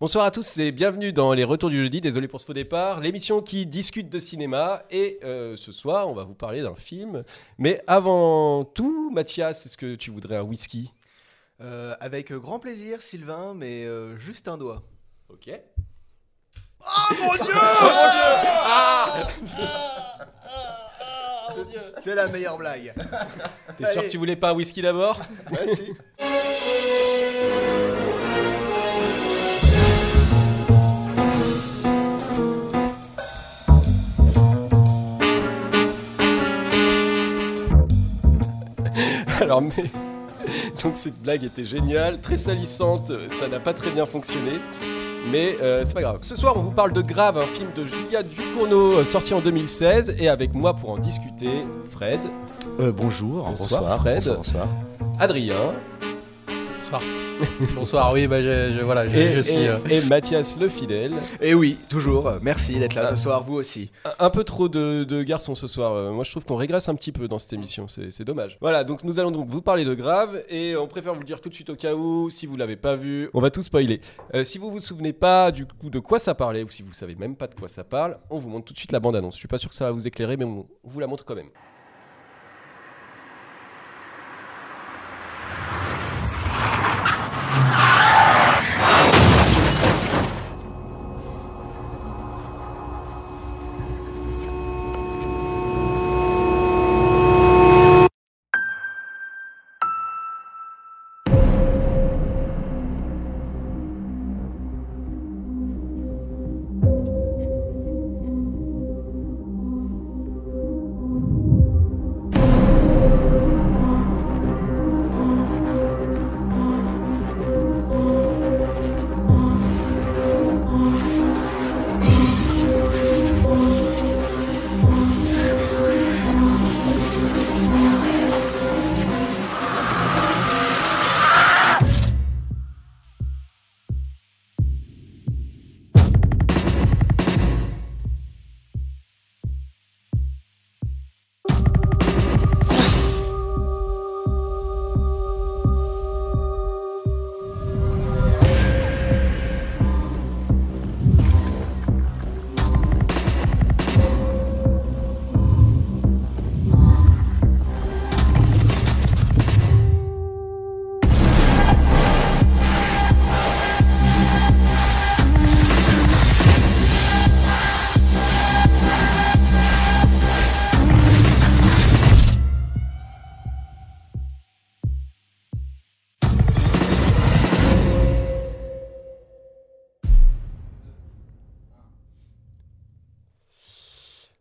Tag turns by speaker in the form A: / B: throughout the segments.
A: Bonsoir à tous et bienvenue dans les Retours du jeudi. Désolé pour ce faux départ, l'émission qui discute de cinéma. Et euh, ce soir, on va vous parler d'un film. Mais avant tout, Mathias, est-ce que tu voudrais un whisky
B: Euh, avec grand plaisir, Sylvain, mais euh, juste un doigt.
A: Ok.
B: Oh,
C: Ah, ah, ah, mon Dieu.
B: C'est la meilleure blague.
A: T'es sûr
B: Allez.
A: que tu voulais pas un whisky d'abord
B: Ouais, si.
A: Alors, mais. Donc, cette blague était géniale, très salissante, euh, ça n'a pas très bien fonctionné. Mais euh, c'est pas grave. Ce soir, on vous parle de Grave, un film de Julia Ducournau euh, sorti en 2016. Et avec moi pour en discuter, Fred,
D: Euh, bonjour,
A: Bonsoir,
D: bonsoir,
A: Fred.
D: bonsoir, bonsoir.
A: Adrien
C: Bonsoir. Bonsoir, oui, bah, je, je- voilà, je,
A: et,
C: je suis.
A: et-
C: euh,
A: et Mathias le fidèle.
B: Et oui, toujours. euh, Merci d'être là ce soir, vous aussi.
A: Un- Un peu trop de, de garçons ce soir. Euh, moi, je trouve qu'on régresse un petit peu dans cette émission. C'est c'est dommage. Voilà, donc nous allons donc vous parler de Grave et on préfère vous le dire tout de suite au cas où, si vous l'avez pas vu, on va tout spoiler. Euh, si vous vous souvenez pas du coup de quoi ça parlait ou si vous savez même pas de quoi ça parle, on vous montre tout de suite la bande-annonce. Je suis pas sûr que ça va vous éclairer, mais on vous la montre quand même.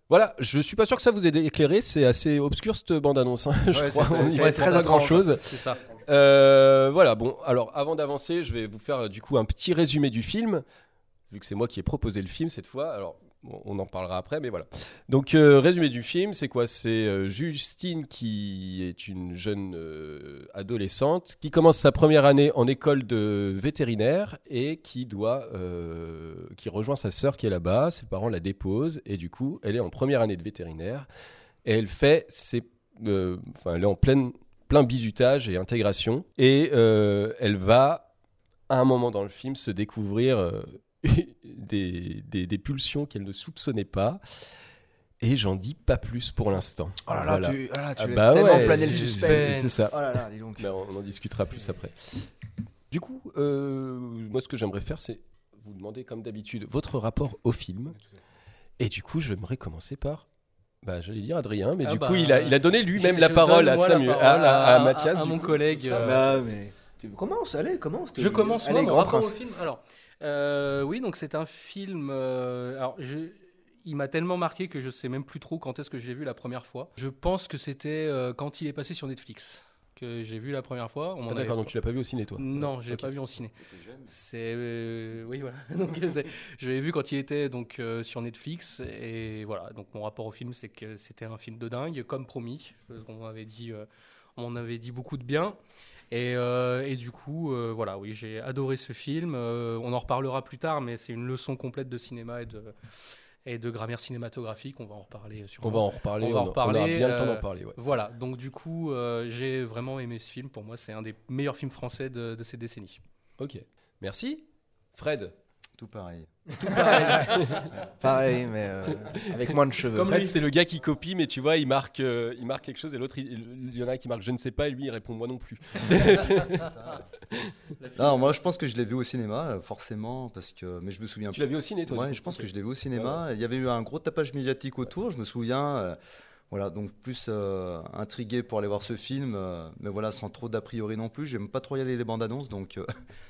A: Voilà, je suis pas sûr que ça vous ait éclairé. C'est assez obscur cette bande-annonce. hein, je
B: Ouais,
A: crois.
B: c'est-
A: On y
B: c'est
A: va
B: très
A: pas à
B: étrange.
A: grand-chose.
C: C'est ça.
A: Euh, voilà, bon, alors avant d'avancer, je vais vous faire euh, du coup un petit résumé du film, vu que c'est moi qui ai proposé le film cette fois. Alors, bon, on en parlera après, mais voilà. Donc, euh, résumé du film, c'est quoi C'est euh, Justine qui est une jeune euh, adolescente qui commence sa première année en école de vétérinaire et qui doit, euh, qui rejoint sa sœur qui est là-bas. Ses parents la déposent et du coup, elle est en première année de vétérinaire et elle fait ses, euh, enfin, elle est en pleine plein bizutage et intégration. Et euh, elle va, à un moment dans le film, se découvrir euh, des, des- des pulsions qu'elle ne soupçonnait pas. Et j'en dis pas plus pour l'instant.
B: Oh là là,
A: Voilà.
B: tu, oh là, tu
A: Ah
B: laisses
A: bah
B: tellement
A: ouais,
B: planer le
C: c'est-
B: suspense.
A: C'est ça.
B: Oh là là, dis donc.
A: Mais Ben, on en discutera plus après. Du coup, euh, moi, ce que j'aimerais faire, c'est vous demander, comme d'habitude, votre rapport au film. Et du coup, j'aimerais commencer par. Bah, j'allais dire Adrien, mais
C: Ah
A: du
C: bah,
A: coup, il a, il a donné lui-même
C: Je-
A: la
C: je
A: parole
C: donne,
A: à
C: moi, la
A: Samuel,
C: parole
A: à, à- à Mathias.
C: à
A: du
C: mon
A: coup.
C: collègue. euh,
B: Bah, mais tu commences, allez, commence. t'es
C: Je
B: obligé.
C: commence
B: allez,
C: moi, mon
B: grand
C: rapport
B: prince.
C: au film. Alors, euh, oui, donc c'est un film. euh, alors, je, il m'a tellement marqué que je sais même plus trop quand est-ce que je l'ai vu la première fois. Je pense que c'était euh, quand il est passé sur Netflix que j'ai vu la première fois. On m'en
A: Ah,
C: avait
A: D'accord, donc tu l'as pas vu au ciné, toi
C: Non, je l'ai
A: Ok.
C: pas vu en ciné. C'est euh, oui voilà. donc c'est- je l'ai vu quand il était donc euh, sur Netflix et voilà. Donc mon rapport au film c'est que c'était un film de dingue comme promis. On avait dit euh, on avait dit beaucoup de bien et, euh, et du coup euh, voilà oui j'ai adoré ce film. Euh, on en reparlera plus tard mais c'est une leçon complète de cinéma et de et de grammaire cinématographique. On va en reparler sur.
A: On va en reparler.
C: On va en
A: aura- aura
C: reparler,
A: bien le temps
C: euh,
A: d'en parler. ouais.
C: Voilà, donc du coup, euh, j'ai vraiment aimé ce film. Pour moi, c'est un des meilleurs films français de, de ces décennies.
A: Ok. Merci. Fred,
D: Tout pareil.
B: pareil. Pareil, mais euh, avec moins de cheveux.
A: En
C: Comme
A: fait,
C: lui.
A: c'est le gars qui copie, mais tu vois, il marque, euh, il marque quelque chose et l'autre, il, il y en a qui marque je ne sais pas et lui, il répond moi non plus.
D: Non, moi je pense que je l'ai vu au cinéma, euh, forcément, parce que. Mais je me souviens
A: tu l'as vu au ciné, toi du
D: Ouais,
A: coup
D: je pense
A: Ok.
D: que je l'ai vu au cinéma. Il y avait eu un gros tapage médiatique autour, je me souviens. euh, voilà, donc plus euh, intrigué pour aller voir ce film, euh, mais voilà, sans trop d'a priori non plus. J'aime pas trop y aller les bandes annonces, donc euh,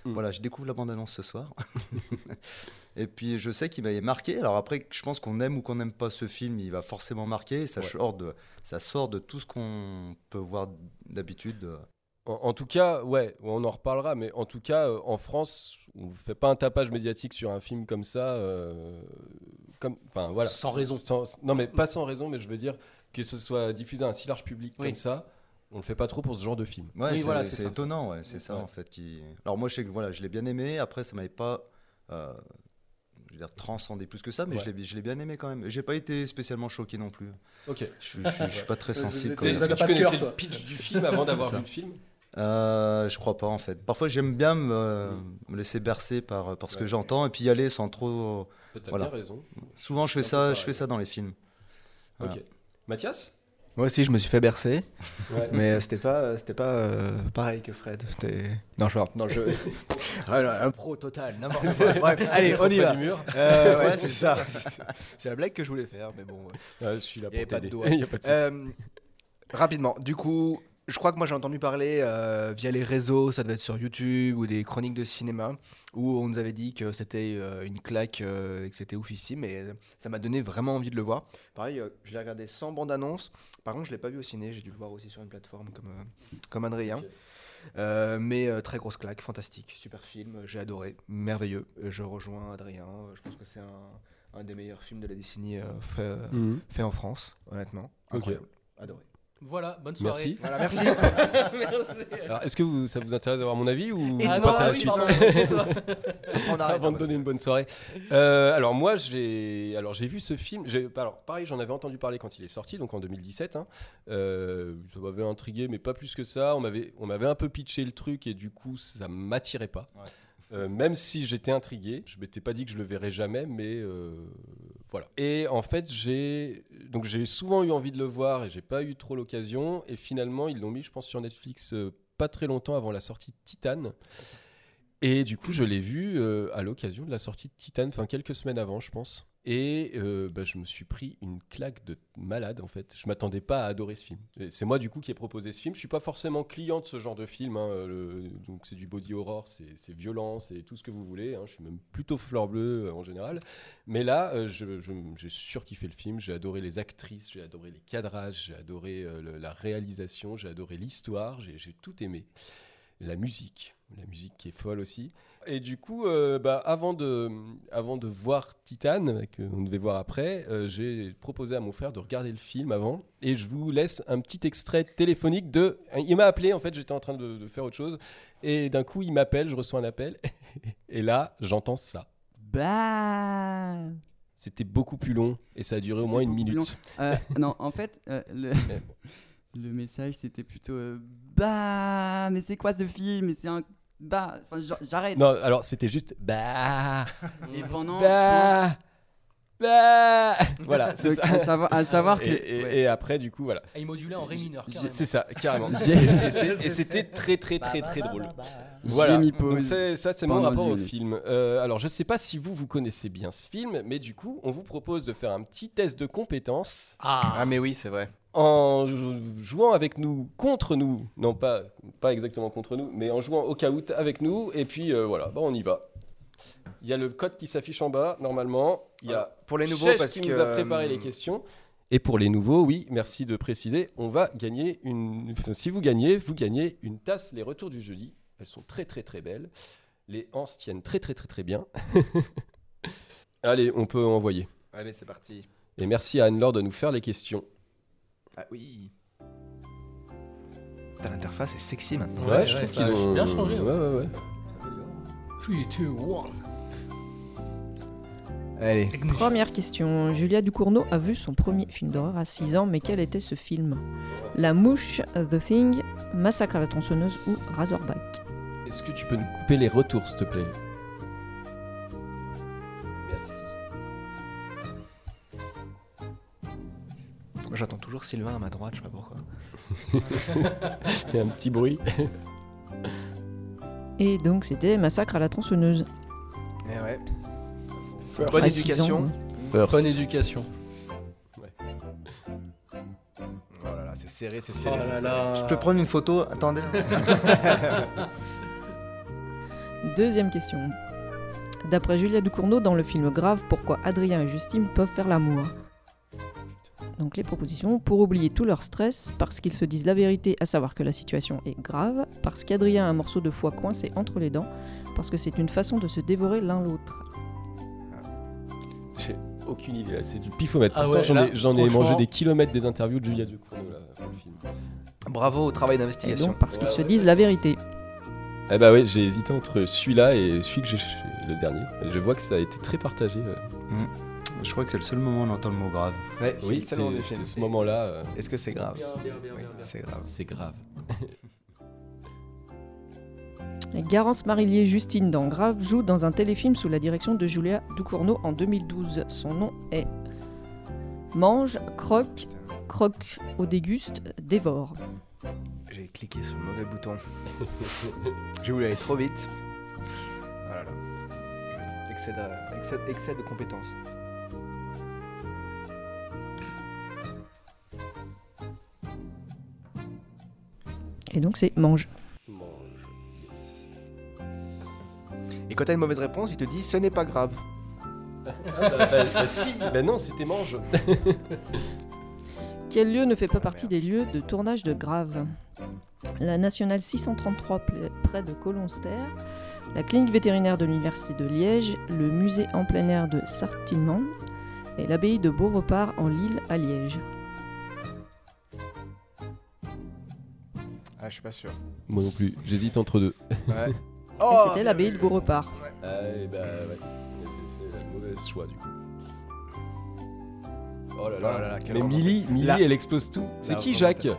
A: Mm.
D: voilà, je découvre la bande annonce ce soir. et puis je sais qu'il m'avait marqué. Alors après, je pense qu'on aime ou qu'on n'aime pas ce film, il va forcément marquer. Ça,
A: Ouais.
D: sort, de, ça sort de tout ce qu'on peut voir d'habitude. euh,
A: En, en tout cas, ouais, on en reparlera, mais en tout cas, euh, en France, on fait pas un tapage médiatique sur un film comme ça, euh, comme, enfin voilà,
C: Sans raison.
A: Sans- non, mais pas sans raison, mais je veux dire que ce soit diffusé à un si large public
C: Oui.
A: comme ça, on le fait pas trop pour ce genre de film.
D: Ouais,
C: Oui,
D: c'est
C: voilà, c'est
D: c'est
C: ça.
D: étonnant, ouais, c'est ça
A: Ouais.
D: en fait. Qui... Alors moi, je sais que voilà, je l'ai bien aimé. Après, ça m'avait pas, euh, je veux dire, transcendé plus que ça, mais
A: Ouais.
D: je l'ai, je l'ai bien aimé quand même. J'ai pas été spécialement choqué non plus.
A: Ok.
D: Je, je- je suis pas très sensible. Quand
A: T'es-
D: même.
A: Est-ce que
C: T'as
A: tu
C: pas de
A: connaissais
C: cœur, toi.
A: le pitch du film avant d'avoir
D: C'est
A: vu
D: ça.
A: le film
D: Euh, je crois pas en fait. Parfois, j'aime bien me, me laisser bercer par, par ce que
A: Ouais.
D: j'entends et puis y aller sans trop.
A: T'as
D: Voilà.
A: bien raison.
D: Souvent, je fais
A: C'est un peu
D: ça, je
A: pareil.
D: fais ça dans les films. Voilà.
A: Ok. Mathias
B: Moi aussi, je me suis fait bercer,
A: Ouais.
B: mais euh, c'était pas, euh, c'était pas euh, pareil que Fred. C'était... Non, je non, je. Ah, non, un pro total, n'importe quoi. Bref, allez, on y va. Euh, ouais, c'est ça. C'est la blague que je voulais faire, mais bon. ouais.
A: Ah, je suis là
B: Y avait
A: pour
B: pas de
A: t'aider.
B: doigt.
A: Il y a pas de souci.
B: Euh, rapidement, du coup, je crois que moi j'ai entendu parler euh, via les réseaux, ça devait être sur YouTube ou des chroniques de cinéma, où on nous avait dit que c'était euh, une claque euh, et que c'était oufissime, et euh, ça m'a donné vraiment envie de le voir. Pareil, euh, je l'ai regardé sans bande-annonce, par contre je l'ai pas vu au ciné, j'ai dû le voir aussi sur une plateforme comme, euh, comme Adrien.
A: Ok.
B: Euh, mais euh, très grosse claque, fantastique, super film, j'ai adoré, merveilleux. Euh, Je rejoins Adrien, euh, je pense que c'est un, un des meilleurs films de la décennie euh, fait,
A: Mm.
B: fait en France, honnêtement.
A: Ok.
B: Incroyable. Adoré.
C: Voilà, bonne soirée.
A: Merci.
B: Voilà, merci.
C: Merci.
A: Alors, est-ce que vous- ça vous intéresse d'avoir mon avis ou
C: Ah
A: on
C: non,
A: passe à
C: ah
A: la
C: oui,
A: suite
C: pardon, excuse-toi.
B: On arrête. hein,
A: Avant de donner une bonne soirée. Euh, alors moi, j'ai alors j'ai vu ce film. j'ai- Alors pareil, j'en avais entendu parler quand il est sorti, donc en 2017. hein. Euh, ça m'avait intrigué, mais pas plus que ça. On m'avait on m'avait un peu pitché le truc et du coup, ça m'attirait pas.
D: Ouais.
A: Euh, même si j'étais intrigué, je m'étais pas dit que je le verrais jamais, mais euh, voilà. Et en fait, j'ai donc j'ai souvent eu envie de le voir et j'ai pas eu trop l'occasion. Et finalement, ils l'ont mis, je pense, sur Netflix euh, pas très longtemps avant la sortie de Titan. Et du coup, je l'ai vu euh, à l'occasion de la sortie de Titan, enfin quelques semaines avant, je pense. Et euh, bah, je me suis pris une claque de malade, en fait. Je m'attendais pas à adorer ce film. Et C'est moi, du coup, qui ai proposé ce film. Je suis pas forcément client de ce genre de film. hein, euh, le- donc, c'est du body horror, c'est c'est violent, c'est tout ce que vous voulez. hein. Je suis même plutôt fleur bleue euh, en général. Mais là, euh, je- je- j'ai surkiffé le film. J'ai adoré les actrices, j'ai adoré les cadrages, j'ai adoré euh, le- la réalisation, j'ai adoré l'histoire, j'ai j'ai tout aimé la musique, la musique qui est folle aussi. Et du coup, euh, bah, avant, de, avant de voir Titan, qu'on devait voir après, euh, j'ai proposé à mon frère de regarder le film avant. Et je vous laisse un petit extrait téléphonique de... Il m'a appelé, en fait, j'étais en train de, de faire autre chose. Et d'un coup, il m'appelle, je reçois un appel. et là, j'entends ça.
E: Bah
A: C'était beaucoup plus long et ça a duré au moins
E: C'était
A: une
E: beaucoup plus
A: minute.
E: Euh, Non, en fait, euh, le,
A: Mais bon.
E: le message c'était plutôt euh, Bah Mais c'est quoi ce film Mais c'est un. Bah Enfin, genre, j'arrête
A: Non, alors c'était juste... Bah
E: Et pendant.
A: Bah Bah Voilà,
E: je
A: c'est
E: pense, donc,
A: ça.
E: à savoir, à savoir que.
A: Et, et-
E: ouais.
A: et après, du coup, voilà.
C: Ah, il modulait en ré mineur.
E: J'ai-
C: carrément.
A: C'est ça, carrément. Et
E: J'ai-
A: c'est- et c'était très, très, très, très drôle.
E: J'ai
A: Voilà.
E: mis
A: Donc
E: pause.
A: c'est- ça, c'est mon
E: pendant
A: rapport
E: dix
A: au
E: minutes.
A: film. Euh, alors, je sais pas si vous, vous connaissez bien ce film, mais du coup, on vous propose de faire un petit test de compétences
C: Ah,
B: Ah, mais oui, c'est vrai.
A: en jou- jouant avec nous, contre nous. Non, pas, pas exactement contre nous, mais en jouant au caout avec nous. Et puis, euh, voilà, bon, on y va. Il y a le code qui s'affiche en bas, normalement. Il y a
B: Pour les nouveaux,
A: Chech
B: parce
A: qui
B: que. euh,
A: nous a préparé les questions. Et pour les nouveaux, oui, merci de préciser, on va gagner une. enfin, si vous gagnez, vous gagnez une tasse Les Retours du Jeudi. Elles sont très très très belles. Les anses tiennent très très très très bien. Allez, on peut envoyer.
B: Allez, c'est parti.
A: Et merci à Anne-Laure de nous faire les questions.
B: Ah oui. Putain, L'interface est sexy maintenant.
C: Ouais, ouais, ça a bien changé, ouais.
A: Ouais, ouais, ouais.
C: 3, 2, 1.
B: Allez.
F: Première question. Julia Ducournau a vu son premier film d'horreur à 6 ans, mais quel était ce film La Mouche, The Thing, Massacre à la tronçonneuse ou Razorback
A: Est-ce que tu peux nous couper les retours, s'il te plaît Merci.
B: Moi, J'entends toujours Sylvain à ma droite, je sais pas pourquoi.
A: Il y a un petit bruit.
F: Et donc, c'était Massacre à la tronçonneuse.
C: Eh
B: Et ouais.
A: First.
B: Bonne
F: À six ans,
B: éducation.
F: ouais.
C: Bonne éducation.
B: Oh là là, c'est serré, c'est
C: Oh
B: serré. c'est
C: là
B: serré.
C: là.
D: Je peux prendre une photo Attendez.
F: Deuxième question. D'après Julia Ducournau dans le film Grave, pourquoi Adrien et Justine peuvent faire l'amour Donc les propositions pour oublier tout leur stress, parce qu'ils se disent la vérité, à savoir que la situation est grave, parce qu'Adrien a un morceau de foie coincé entre les dents, parce que c'est une façon de se dévorer l'un l'autre.
A: J'ai aucune idée, là, c'est du pifomètre.
C: Ah
A: Pourtant,
C: ouais,
A: j'en
C: là,
A: ai- j'en ai, mangé
C: franchement-
A: des kilomètres des interviews de Julia Ducournau là, pour le film.
B: Bravo au travail
F: Et
B: d'investigation.
F: donc parce qu'ils
A: Ouais,
F: se
A: ouais.
F: disent la vérité.
A: Eh bah ouais, j'ai hésité entre celui-là et celui que j'ai le dernier. Je vois que ça a été très partagé. euh.
D: Je crois que c'est le seul moment où on entend le mot grave.
B: Ouais, c'est
A: Oui,
B: le seul nom
A: c'est
B: du
A: c'est
B: film.
A: ce moment-là. euh,
B: Est-ce que c'est grave
C: Bien, bien, bien,
B: Oui,
C: bien, bien.
B: c'est grave.
A: C'est grave.
F: Garance Marillier Justine dans Grave joue dans un téléfilm sous la direction de Julia Ducournau en 2012. Son nom est Mange, croque, croque au déguste, dévore.
B: J'ai cliqué sur le mauvais bouton. J'ai voulu aller trop vite. Oh là là. Excès de, excès, excès de compétences.
F: Et donc c'est mange.
A: Mange. Yes.
B: Et quand t'as une mauvaise réponse, il te dit ce n'est pas grave.
A: bah, bah, bah, si, bah non, c'était mange.
F: Quel lieu ne fait pas
B: Ah,
F: partie des lieux de tournage de Grave La nationale 633 pl- près de Colonster, la clinique vétérinaire de l'université de Liège, le musée en plein air de Sartinement et l'abbaye de Beaurepart en Lille à Liège.
B: Ah, je suis pas sûr.
A: Moi non plus, j'hésite entre deux.
B: Ouais.
F: Et
B: Oh,
F: c'était l'abbaye de Beaurepart.
A: Ah, et bah ouais. J'ai fait le mauvais choix du coup. Oh là là.
B: Oh là là, quelle
A: Mais
B: remontée.
A: Millie, Millie
B: La-
A: elle explose tout. C'est
B: La
A: qui
B: remontée.
A: Jacques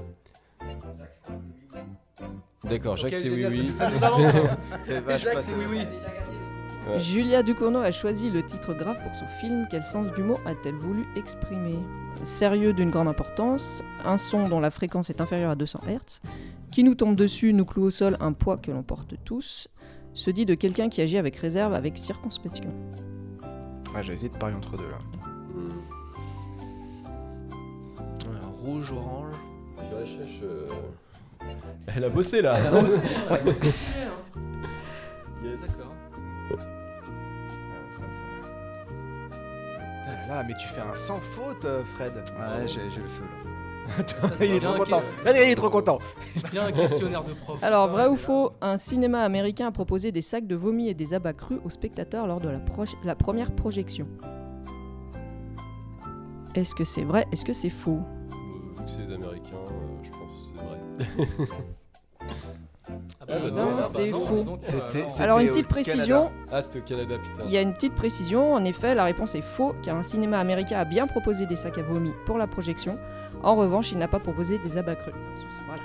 A: D'accord, Jacques
C: Ok,
A: c'est oui
C: génial,
A: oui.
C: ça nous- ça nous avance.
B: C'est vache
C: Jacques,
B: pas
C: c'est oui, oui.
A: Ouais.
F: Julia Ducournau a choisi le titre grave pour son film. Quel sens du mot a-t-elle voulu exprimer Sérieux d'une grande importance, un son dont la fréquence est inférieure à 200 Hz, qui nous tombe dessus, nous cloue au sol un poids que l'on porte tous, se dit de quelqu'un qui agit avec réserve, avec circonspection.
B: Ah, j'hésite de parier entre deux là.
A: Hmm.
B: rouge, orange.
A: Purée, je cherche, euh, Elle a bossé là. Yes.
C: D'accord.
B: Ah, ça, ça. Ah là, mais tu fais un sans faute, euh, Fred.
D: Ouais, j'ai j'ai le feu là.
C: Ça, c'est
B: il est
C: bien
B: trop
C: un-
B: content. Regardez, Ah, il est trop content.
C: C'est bien un questionnaire de prof. Ah,
F: Alors, vrai ou faux, un cinéma américain a proposé des sacs de vomi et des abats crus aux spectateurs lors de la, proche- la première projection. Est-ce que c'est vrai Est-ce que c'est faux
A: Euh, vu que c'est les Américains, euh, je pense que c'est vrai.
C: Ah
A: Eh ben,
C: non,
F: c'est
C: non,
F: faux.
C: donc, euh,
B: C'était-
C: non.
B: c'était-
F: Alors, une
B: au
F: petite
B: Canada.
F: précision.
A: Ah, c'était au Canada, putain.
F: Il y a une petite précision, en effet, la réponse est faux, car un cinéma américain a bien proposé des sacs à vomi pour la projection. En revanche, il n'a pas proposé des abats crus. Voilà.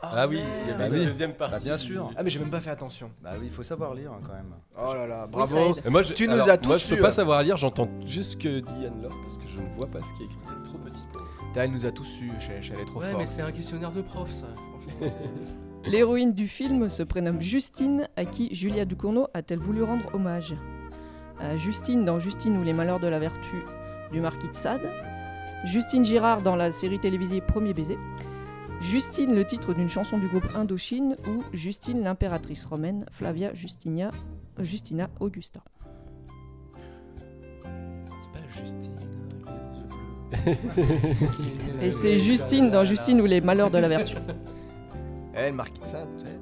A: Ah oui, il y avait
D: Bah
A: la
D: oui.
A: deuxième partie.
D: Bah, bien sûr.
B: Ah, mais j'ai même pas fait attention.
D: Bah oui, il faut savoir lire hein, quand même.
B: Oh là là,
F: ça
B: bravo.
F: aide.
A: Et moi, je-
B: Tu nous
A: alors,
B: as tous
A: Moi, je peux
B: eu,
A: pas
B: hein.
A: savoir lire, j'entends juste ce que dit Anne-Laure parce que je ne vois pas ce qui est écrit. C'est trop petit pour moi.
B: Putain, elle nous a tous su. Elle est trop
C: Ouais, mais
B: forte.
C: c'est un questionnaire de prof, ça. franchement.
F: L'héroïne du film se prénomme Justine, à qui Julia Ducournau a-t-elle voulu rendre hommage À Justine dans Justine ou les malheurs de la vertu du marquis de Sade, Justine Girard dans la série télévisée Premier baiser, Justine le titre d'une chanson du groupe Indochine ou Justine l'impératrice romaine Flavia Justinia, Justina Augusta.
B: C'est pas Justine.
F: Et c'est Justine dans Justine ou les malheurs de la vertu.
B: Elle marque ça. tu sais.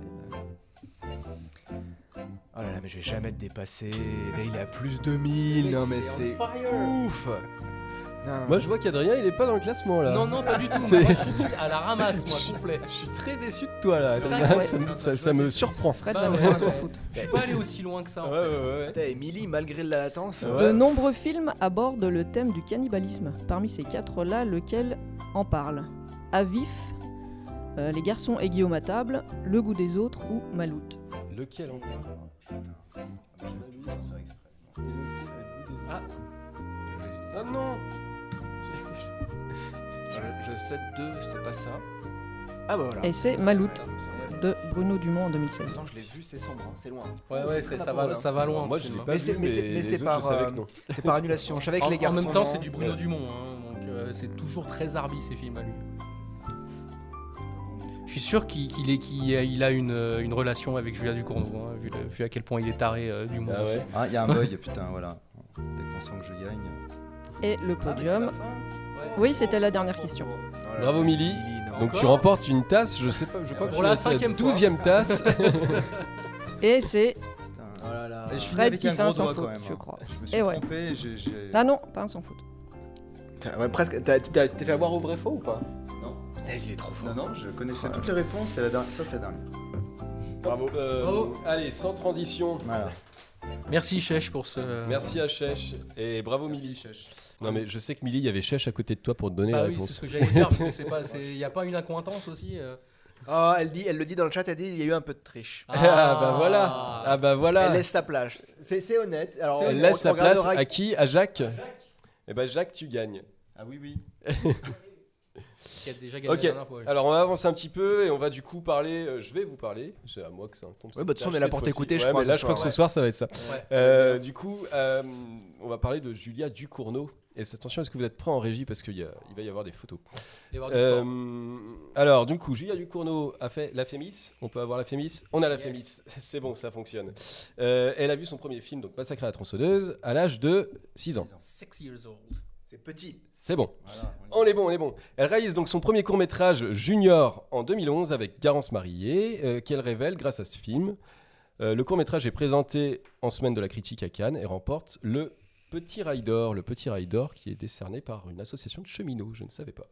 B: Oh là là, mais je vais jamais te dépasser. Là, il est à plus de 1000. Non, mais c'est ouf. Non.
A: Moi, je vois qu'Adrien, il est pas dans le classement là.
C: Non, non, pas du tout.
A: C'est-
C: Moi, je suis à la ramasse, moi, complet.
A: Je suis très déçu de toi là, Adrien.
C: Ouais.
A: ça, me, ça- ça me surprend.
F: Fred
C: Bah
F: va
C: ouais.
F: vraiment s'en foutre.
C: Je suis pas allé aussi loin que ça. en
A: Ouais,
C: fait.
A: ouais, ouais.
B: Putain, Emily, malgré la latence.
A: Ouais.
F: De nombreux films abordent le thème du cannibalisme. Parmi ces quatre-là, lequel en parle À vif, euh, Les garçons et Guillaume à table, Le goût des autres ou Maloute.
A: Lequel en
C: Ah,
A: Ah non
B: Je, je 7-2, c'est pas ça. Ah bah voilà.
F: Et c'est Maloute de Bruno Dumont en 2016.
B: Attends, je l'ai vu, c'est sombre, hein, c'est loin.
C: Ouais,
B: C'est
C: ouais,
B: très
C: c'est- ça,
B: Napoléon,
C: va,
B: hein.
C: ça va loin.
A: Moi,
C: ce
A: je l'ai
C: film,
A: pas
B: Mais
A: vu,
B: c'est- mais c'est-
A: mais
B: mais
A: les
B: c'est
A: autres,
B: par,
A: je savais
B: euh,
A: que non.
B: C'est par annulation. Je savais que
C: En,
B: les
C: en
B: garçons.
C: même temps, c'est du Bruno
B: Ouais.
C: Dumont, hein, donc euh, c'est toujours très arbi ces films à lui. Je suis sûr qu'il qu'il est- qu'il a- il a une, euh, une relation avec Julia Ducournau, hein, vu, le- vu à quel point il est taré euh, Dumont.
A: Ah ouais
D: Ah, il y a un bug, putain, voilà. Dès qu'on sent que je gagne. Ah,
F: Et le podium. Oui, c'était la dernière question.
B: Voilà.
A: Bravo, Milly.
B: Milly, non.
A: Donc
C: Encore
A: tu remportes une tasse, je sais pas, je crois que
C: Pour
A: tu
C: la
A: as fait
C: cinquième fois.
A: 12e tasse.
F: Et c'est
D: Putain.
B: Oh là là.
D: Et je finis
F: Fred
D: avec
F: qui
D: un
F: fait
D: gros
F: un sans
D: doigt quand
F: faute,
D: même.
F: je
D: hein.
F: crois.
D: Je me suis
F: Et ouais.
D: trompé, j'ai- j'ai.
F: Ah non, pas un sans faute.
B: Putain, ouais, presque. T'as- tu t'as- T'es fait avoir au vrai faux ou pas
D: Non.
B: Putain, il est trop fort.
D: Non, non, je
F: Ah,
B: Oh,
D: connaissais toutes les réponses, et la dernière- sauf la dernière.
A: Bravo.
C: Bravo.
A: Euh, Allez, sans transition.
D: Voilà.
C: Merci Chèche pour ce.
A: Merci à Chèche et bravo Milly. Non mais je sais que Milly, il y avait Chèche à côté de toi pour te donner
B: Bah
C: Ah
A: la
C: oui, c'est
A: réponse.
C: ce que j'allais dire, parce que c'est pas- c'est- il n'y a pas une accointance aussi. euh.
B: Oh, elle, dit, elle le dit dans le chat, elle dit il y a eu un peu de triche.
A: Ah bah voilà. Ah bah voilà.
B: Elle laisse sa plage. C'est c'est honnête. Alors,
A: Elle
B: on-
A: laisse
B: on
A: sa place
B: regardera-
A: à qui À Jacques Eh ben Jacques, tu gagnes.
D: Ah oui, oui.
C: Qui a déjà gagné
A: Ah. Ok.
C: la dernière fois. oui.
A: Alors on avance un petit peu et on va du coup parler. euh, je vais vous parler. C'est à moi que ça incombe.
B: Ouais, bah, de toute façon, on est
A: Cette
B: là pour
A: fois-ci.
B: t'écouter, je
A: Ouais,
B: crois,
A: mais Là,
B: ce
A: je crois que
B: soir,
A: ce
B: ouais.
A: soir, ça va être ça.
C: Ouais.
A: Euh, du coup, euh, on va parler de Julia Ducournau. Et attention, est-ce que vous êtes prêts en régie parce qu'il y a- il va y avoir des photos.
C: Et voir du
A: Euh,
C: sport.
A: alors, du coup, Julia Ducournau a fait la Fémis. On peut avoir la Fémis. On a la
C: Yes.
A: Fémis. C'est bon, ça fonctionne. Euh, elle a vu son premier film, donc Massacre à la tronçonneuse, à l'âge de 6 ans.
C: Six years old.
B: C'est petit.
A: C'est bon.
D: Voilà,
A: On est bon, on est bon. Elle réalise donc son premier court-métrage junior en 2011 avec Garance Marié, euh, qu'elle révèle grâce à ce film. Euh, le court-métrage est présenté en semaine de la critique à Cannes et remporte le Petit Rail d'Or, le Petit Rail d'Or qui est décerné par une association de cheminots, je ne savais pas.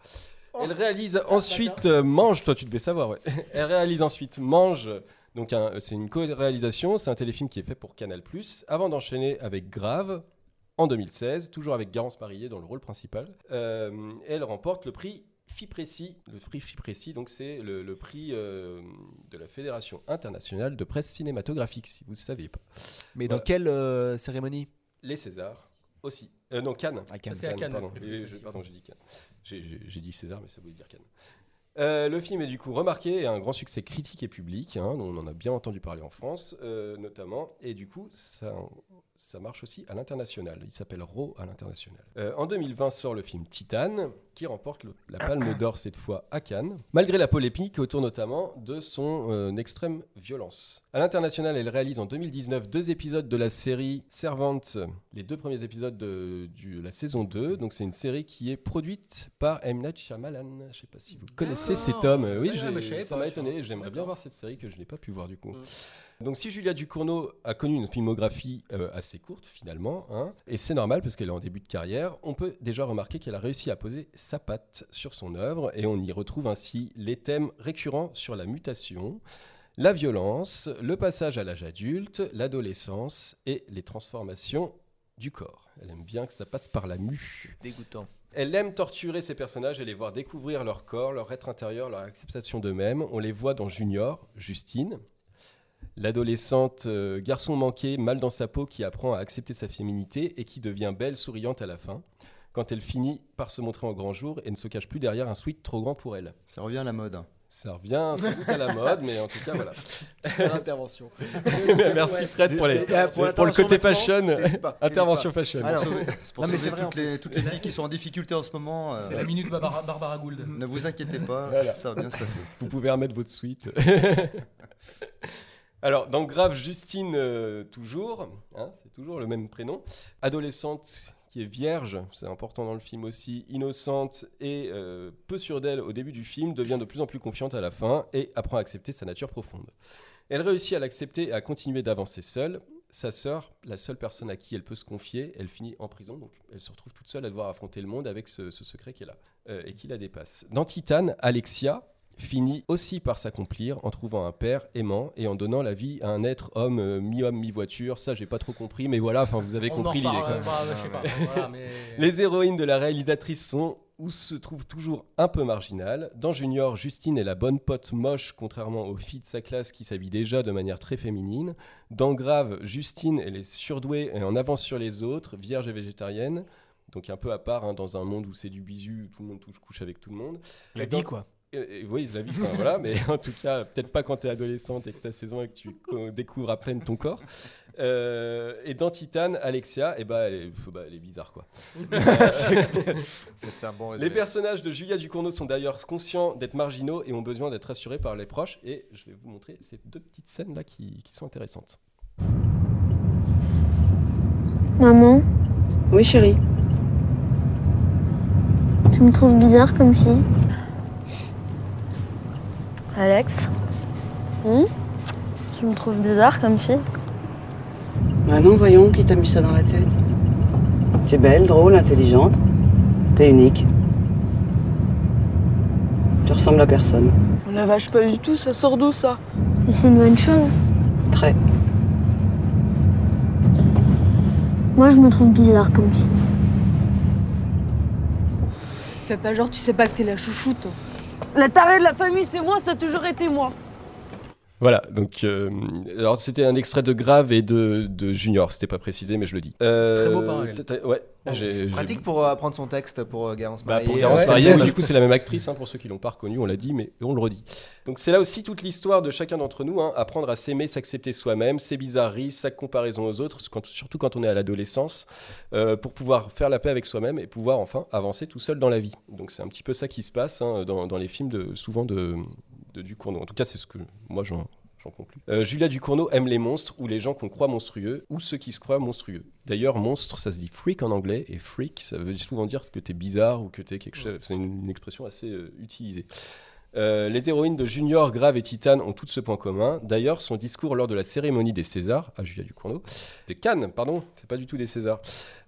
A: Elle réalise ensuite euh, Mange, toi tu devais savoir, ouais. Elle réalise ensuite Mange, donc un- c'est une co-réalisation, c'est un téléfilm qui est fait pour Canal+, avant d'enchaîner avec Grave, en 2016, toujours avec Garance Marillier dans le rôle principal. Euh, elle remporte le prix FIPRESI. Le prix FIPRESI, donc c'est le, le prix euh, de la Fédération internationale de presse cinématographique, si vous ne saviez pas.
B: Mais
A: Voilà.
B: dans quelle euh, cérémonie
A: Les Césars aussi. Euh, non, Cannes.
B: À Ah, Cannes.
C: C'est à Cannes,
A: Pardon, Oui,
C: le prix
A: oui, je-
C: FIPRESI.
A: pardon, j'ai dit Cannes. J'ai- J'ai j'ai dit César, mais ça voulait dire Cannes. Euh, le film est du coup remarqué et a un grand succès critique et public. hein, dont on en a bien entendu parler en France, euh, notamment. Et du coup, ça, ça marche aussi à l'international. Il s'appelle Raw à l'international. Euh, en 2020 sort le film Titan, qui remporte le- la
C: Ah.
A: Palme d'Or cette fois à Cannes, malgré la polémique autour notamment de son euh, extrême violence. À l'international, elle réalise en 2019 deux épisodes de la série Servante, les deux premiers épisodes de, du- la saison 2. Donc c'est une série qui est produite par M. Night Shyamalan. Je ne sais pas si vous connaissez cet homme. Euh, Oui,
C: Ah, Ouais,
A: j'ai-
C: ouais, mais je savais
A: ça
C: pas,
A: m'a
C: tu
A: étonné.
C: vois.
A: J'aimerais bien
C: D'accord.
A: voir cette série que je n'ai pas pu voir du coup.
C: Mm.
A: Donc si Julia Ducournau a connu une filmographie euh, assez courte finalement, hein, et c'est normal parce qu'elle est en début de carrière, on peut déjà remarquer qu'elle a réussi à poser sa patte sur son œuvre et on y retrouve ainsi les thèmes récurrents sur la mutation, la violence, le passage à l'âge adulte, l'adolescence et les transformations du corps. Elle aime bien que ça passe par la mue.
B: Dégoûtant.
A: Elle aime torturer ses personnages et les voir découvrir leur corps, leur être intérieur, leur acceptation d'eux-mêmes. On les voit dans Junior, Justine, l'adolescente euh, garçon manqué, mal dans sa peau, qui apprend à accepter sa féminité et qui devient belle, souriante à la fin, quand elle finit par se montrer en grand jour et ne se cache plus derrière un sweat trop grand pour elle.
D: Ça revient à la mode.
A: Ça revient sans doute à la mode, mais en tout cas, voilà.
B: Intervention.
A: Merci Fred pour, les- pour le côté fashion. Intervention fashion.
B: Ah, non.
D: C'est pour
B: Non, mais
D: sauver
B: c'est vrai, en
D: toutes, les, toutes les filles qui sont en difficulté en ce moment. euh,
C: C'est la minute Barbara, Barbara Gould.
D: Ne vous inquiétez pas,
A: Voilà.
D: ça va bien se passer.
A: Vous pouvez remettre votre suite. Alors, dans Grave Justine, euh, toujours, hein, c'est toujours le même prénom, adolescente qui est vierge, c'est important dans le film aussi, innocente et euh, peu sûre d'elle au début du film, devient de plus en plus confiante à la fin et apprend à accepter sa nature profonde. Elle réussit à l'accepter et à continuer d'avancer seule. Sa sœur, la seule personne à qui elle peut se confier, elle finit en prison, donc elle se retrouve toute seule à devoir affronter le monde avec ce, ce secret qu'elle a euh, et qui la dépasse. Dans Titan, Alexia, finit aussi par s'accomplir en trouvant un père aimant et en donnant la vie à un être homme euh, mi-homme mi-voiture. Ça, j'ai pas trop compris, mais voilà, enfin, vous avez
C: On en
A: compris l'idée.
C: reparle,
A: quoi.
C: euh, bah, je sais pas, voilà, mais-
A: Les héroïnes de la réalisatrice sont où se trouve toujours un peu marginal. Dans Junior, Justine est la bonne pote moche, contrairement aux filles de sa classe qui s'habillent déjà de manière très féminine. Dans Grave, Justine, elle est surdouée et en avance sur les autres, vierge et végétarienne. Donc un peu à part hein, dans un monde où c'est du bisu, où tout le monde touche, couche avec tout le monde.
B: La
A: Et dans-
B: vie, quoi.
A: euh, euh, oui, la vie, enfin, voilà, mais en tout cas, peut-être pas quand t'es adolescente et que t'as 16 ans et que tu co- découvres à peine ton corps. Euh, et dans Titan, Alexia, eh ben, elle, est, pff, bah, elle est bizarre, quoi.
B: C'est un bon
A: Les personnages de Julia Ducournau sont d'ailleurs conscients d'être marginaux et ont besoin d'être assurés par les proches. Et je vais vous montrer ces deux petites scènes-là qui, qui sont intéressantes.
G: Maman,
H: Oui, chérie.
G: tu me trouves bizarre comme fille Alex Hmm
H: Hum
G: Tu me trouves bizarre comme fille
H: Bah non, voyons, qui t'a mis ça dans la tête T'es belle, drôle, intelligente. T'es unique. Tu ressembles à personne.
F: La vache, pas du tout, ça sort d'où ça
G: Mais c'est une bonne chose.
H: Très.
G: Moi, je me trouve bizarre comme fille.
I: Fais pas genre, tu sais pas que t'es la chouchoute. La tarée de la famille, c'est moi, ça a toujours été moi.
A: Voilà, donc euh, alors c'était un extrait de Grave et de, de Junior, c'était pas précisé, mais je le dis. Euh,
C: Très beau parallèle. Oh,
A: t'as- t'as- Ouais, j'ai- j'ai-
B: Pratique pour euh, apprendre son texte pour euh, Garance
A: Bah, pour
B: Marié,
A: Garance
B: euh,
C: ouais.
A: Marié,
B: c'est
A: oui,
B: bon.
A: du coup, c'est la même actrice, hein, pour ceux qui l'ont pas reconnue, on l'a dit, mais on le redit. Donc c'est là aussi toute l'histoire de chacun d'entre nous, hein, apprendre à s'aimer, s'accepter soi-même, ses bizarreries, sa comparaison aux autres, quand- surtout quand on est à l'adolescence, euh, pour pouvoir faire la paix avec soi-même et pouvoir enfin avancer tout seul dans la vie. Donc c'est un petit peu ça qui se passe hein, dans, dans les films de, souvent de, de Ducournau. En tout cas, c'est ce que moi j'en... J'en conclus. Euh, Julia Ducournau aime les monstres ou les gens qu'on croit monstrueux ou ceux qui se croient monstrueux. D'ailleurs, monstre, ça se dit freak en anglais et freak, ça veut souvent dire que t'es bizarre ou que t'es quelque chose. C'est une, une expression assez euh, utilisée. Euh, les héroïnes de Junior, Grave et Titane ont toutes ce point commun. D'ailleurs, son discours lors de la cérémonie des Césars, à Julia Ducournau, des Cannes, pardon, c'est pas du tout des Césars,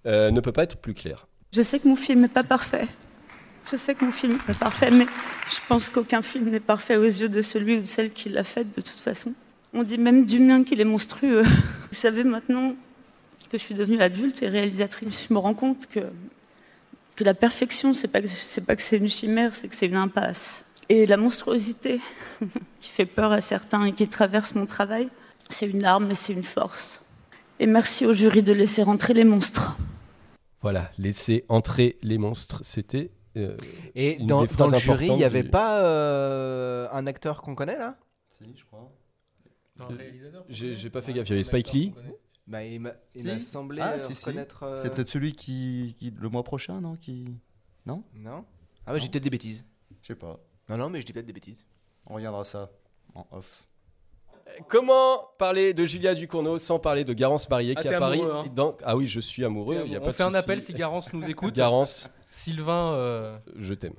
A: euh, ne peut pas être plus clair.
J: Je sais que mon film n'est pas parfait. Je sais que mon film n'est pas parfait, mais je pense qu'aucun film n'est parfait aux yeux de celui ou de celle qui l'a fait, de toute façon. On dit même du mien qu'il est monstrueux. Vous savez, maintenant que je suis devenue adulte et réalisatrice, je me rends compte que, que la perfection, c'est pas, que- c'est pas que c'est une chimère, c'est que c'est une impasse. Et la monstruosité qui fait peur à certains et qui traverse mon travail, c'est une arme et c'est une force. Et merci au jury de laisser rentrer les monstres.
A: Voilà, laisser entrer les monstres, c'était. euh,
B: Et
A: Une
B: dans,
A: des
B: dans
A: phrases
B: le jury, il
A: importantes
B: n'y avait
A: du-
B: pas euh, un acteur qu'on connaît là
D: Si, je crois.
A: J'ai- j'ai pas fait gaffe, il y avait Spike Lee.
B: bah, Il m'a il
D: Si.
B: m'a semblé
D: Ah,
B: euh,
D: si, si.
B: reconnaître. euh,
D: C'est peut-être celui qui, qui- le mois prochain, non Qui
B: Non Ah, bah, j'ai
D: Non.
B: peut-être des bêtises.
D: Je sais pas.
B: Non, non, mais je dis peut-être des bêtises.
D: On reviendra à ça en off.
A: Comment parler de Julia Ducournau sans parler de Garance Marié
C: Ah,
A: qui
C: t'es
A: à Paris
C: amoureux, hein.
A: et dans- Ah oui, je suis amoureux. il y a pas
C: On
A: de
C: fait un
A: souci.
C: appel si Garance nous écoute.
A: Garance,
C: Sylvain, euh,
A: je t'aime.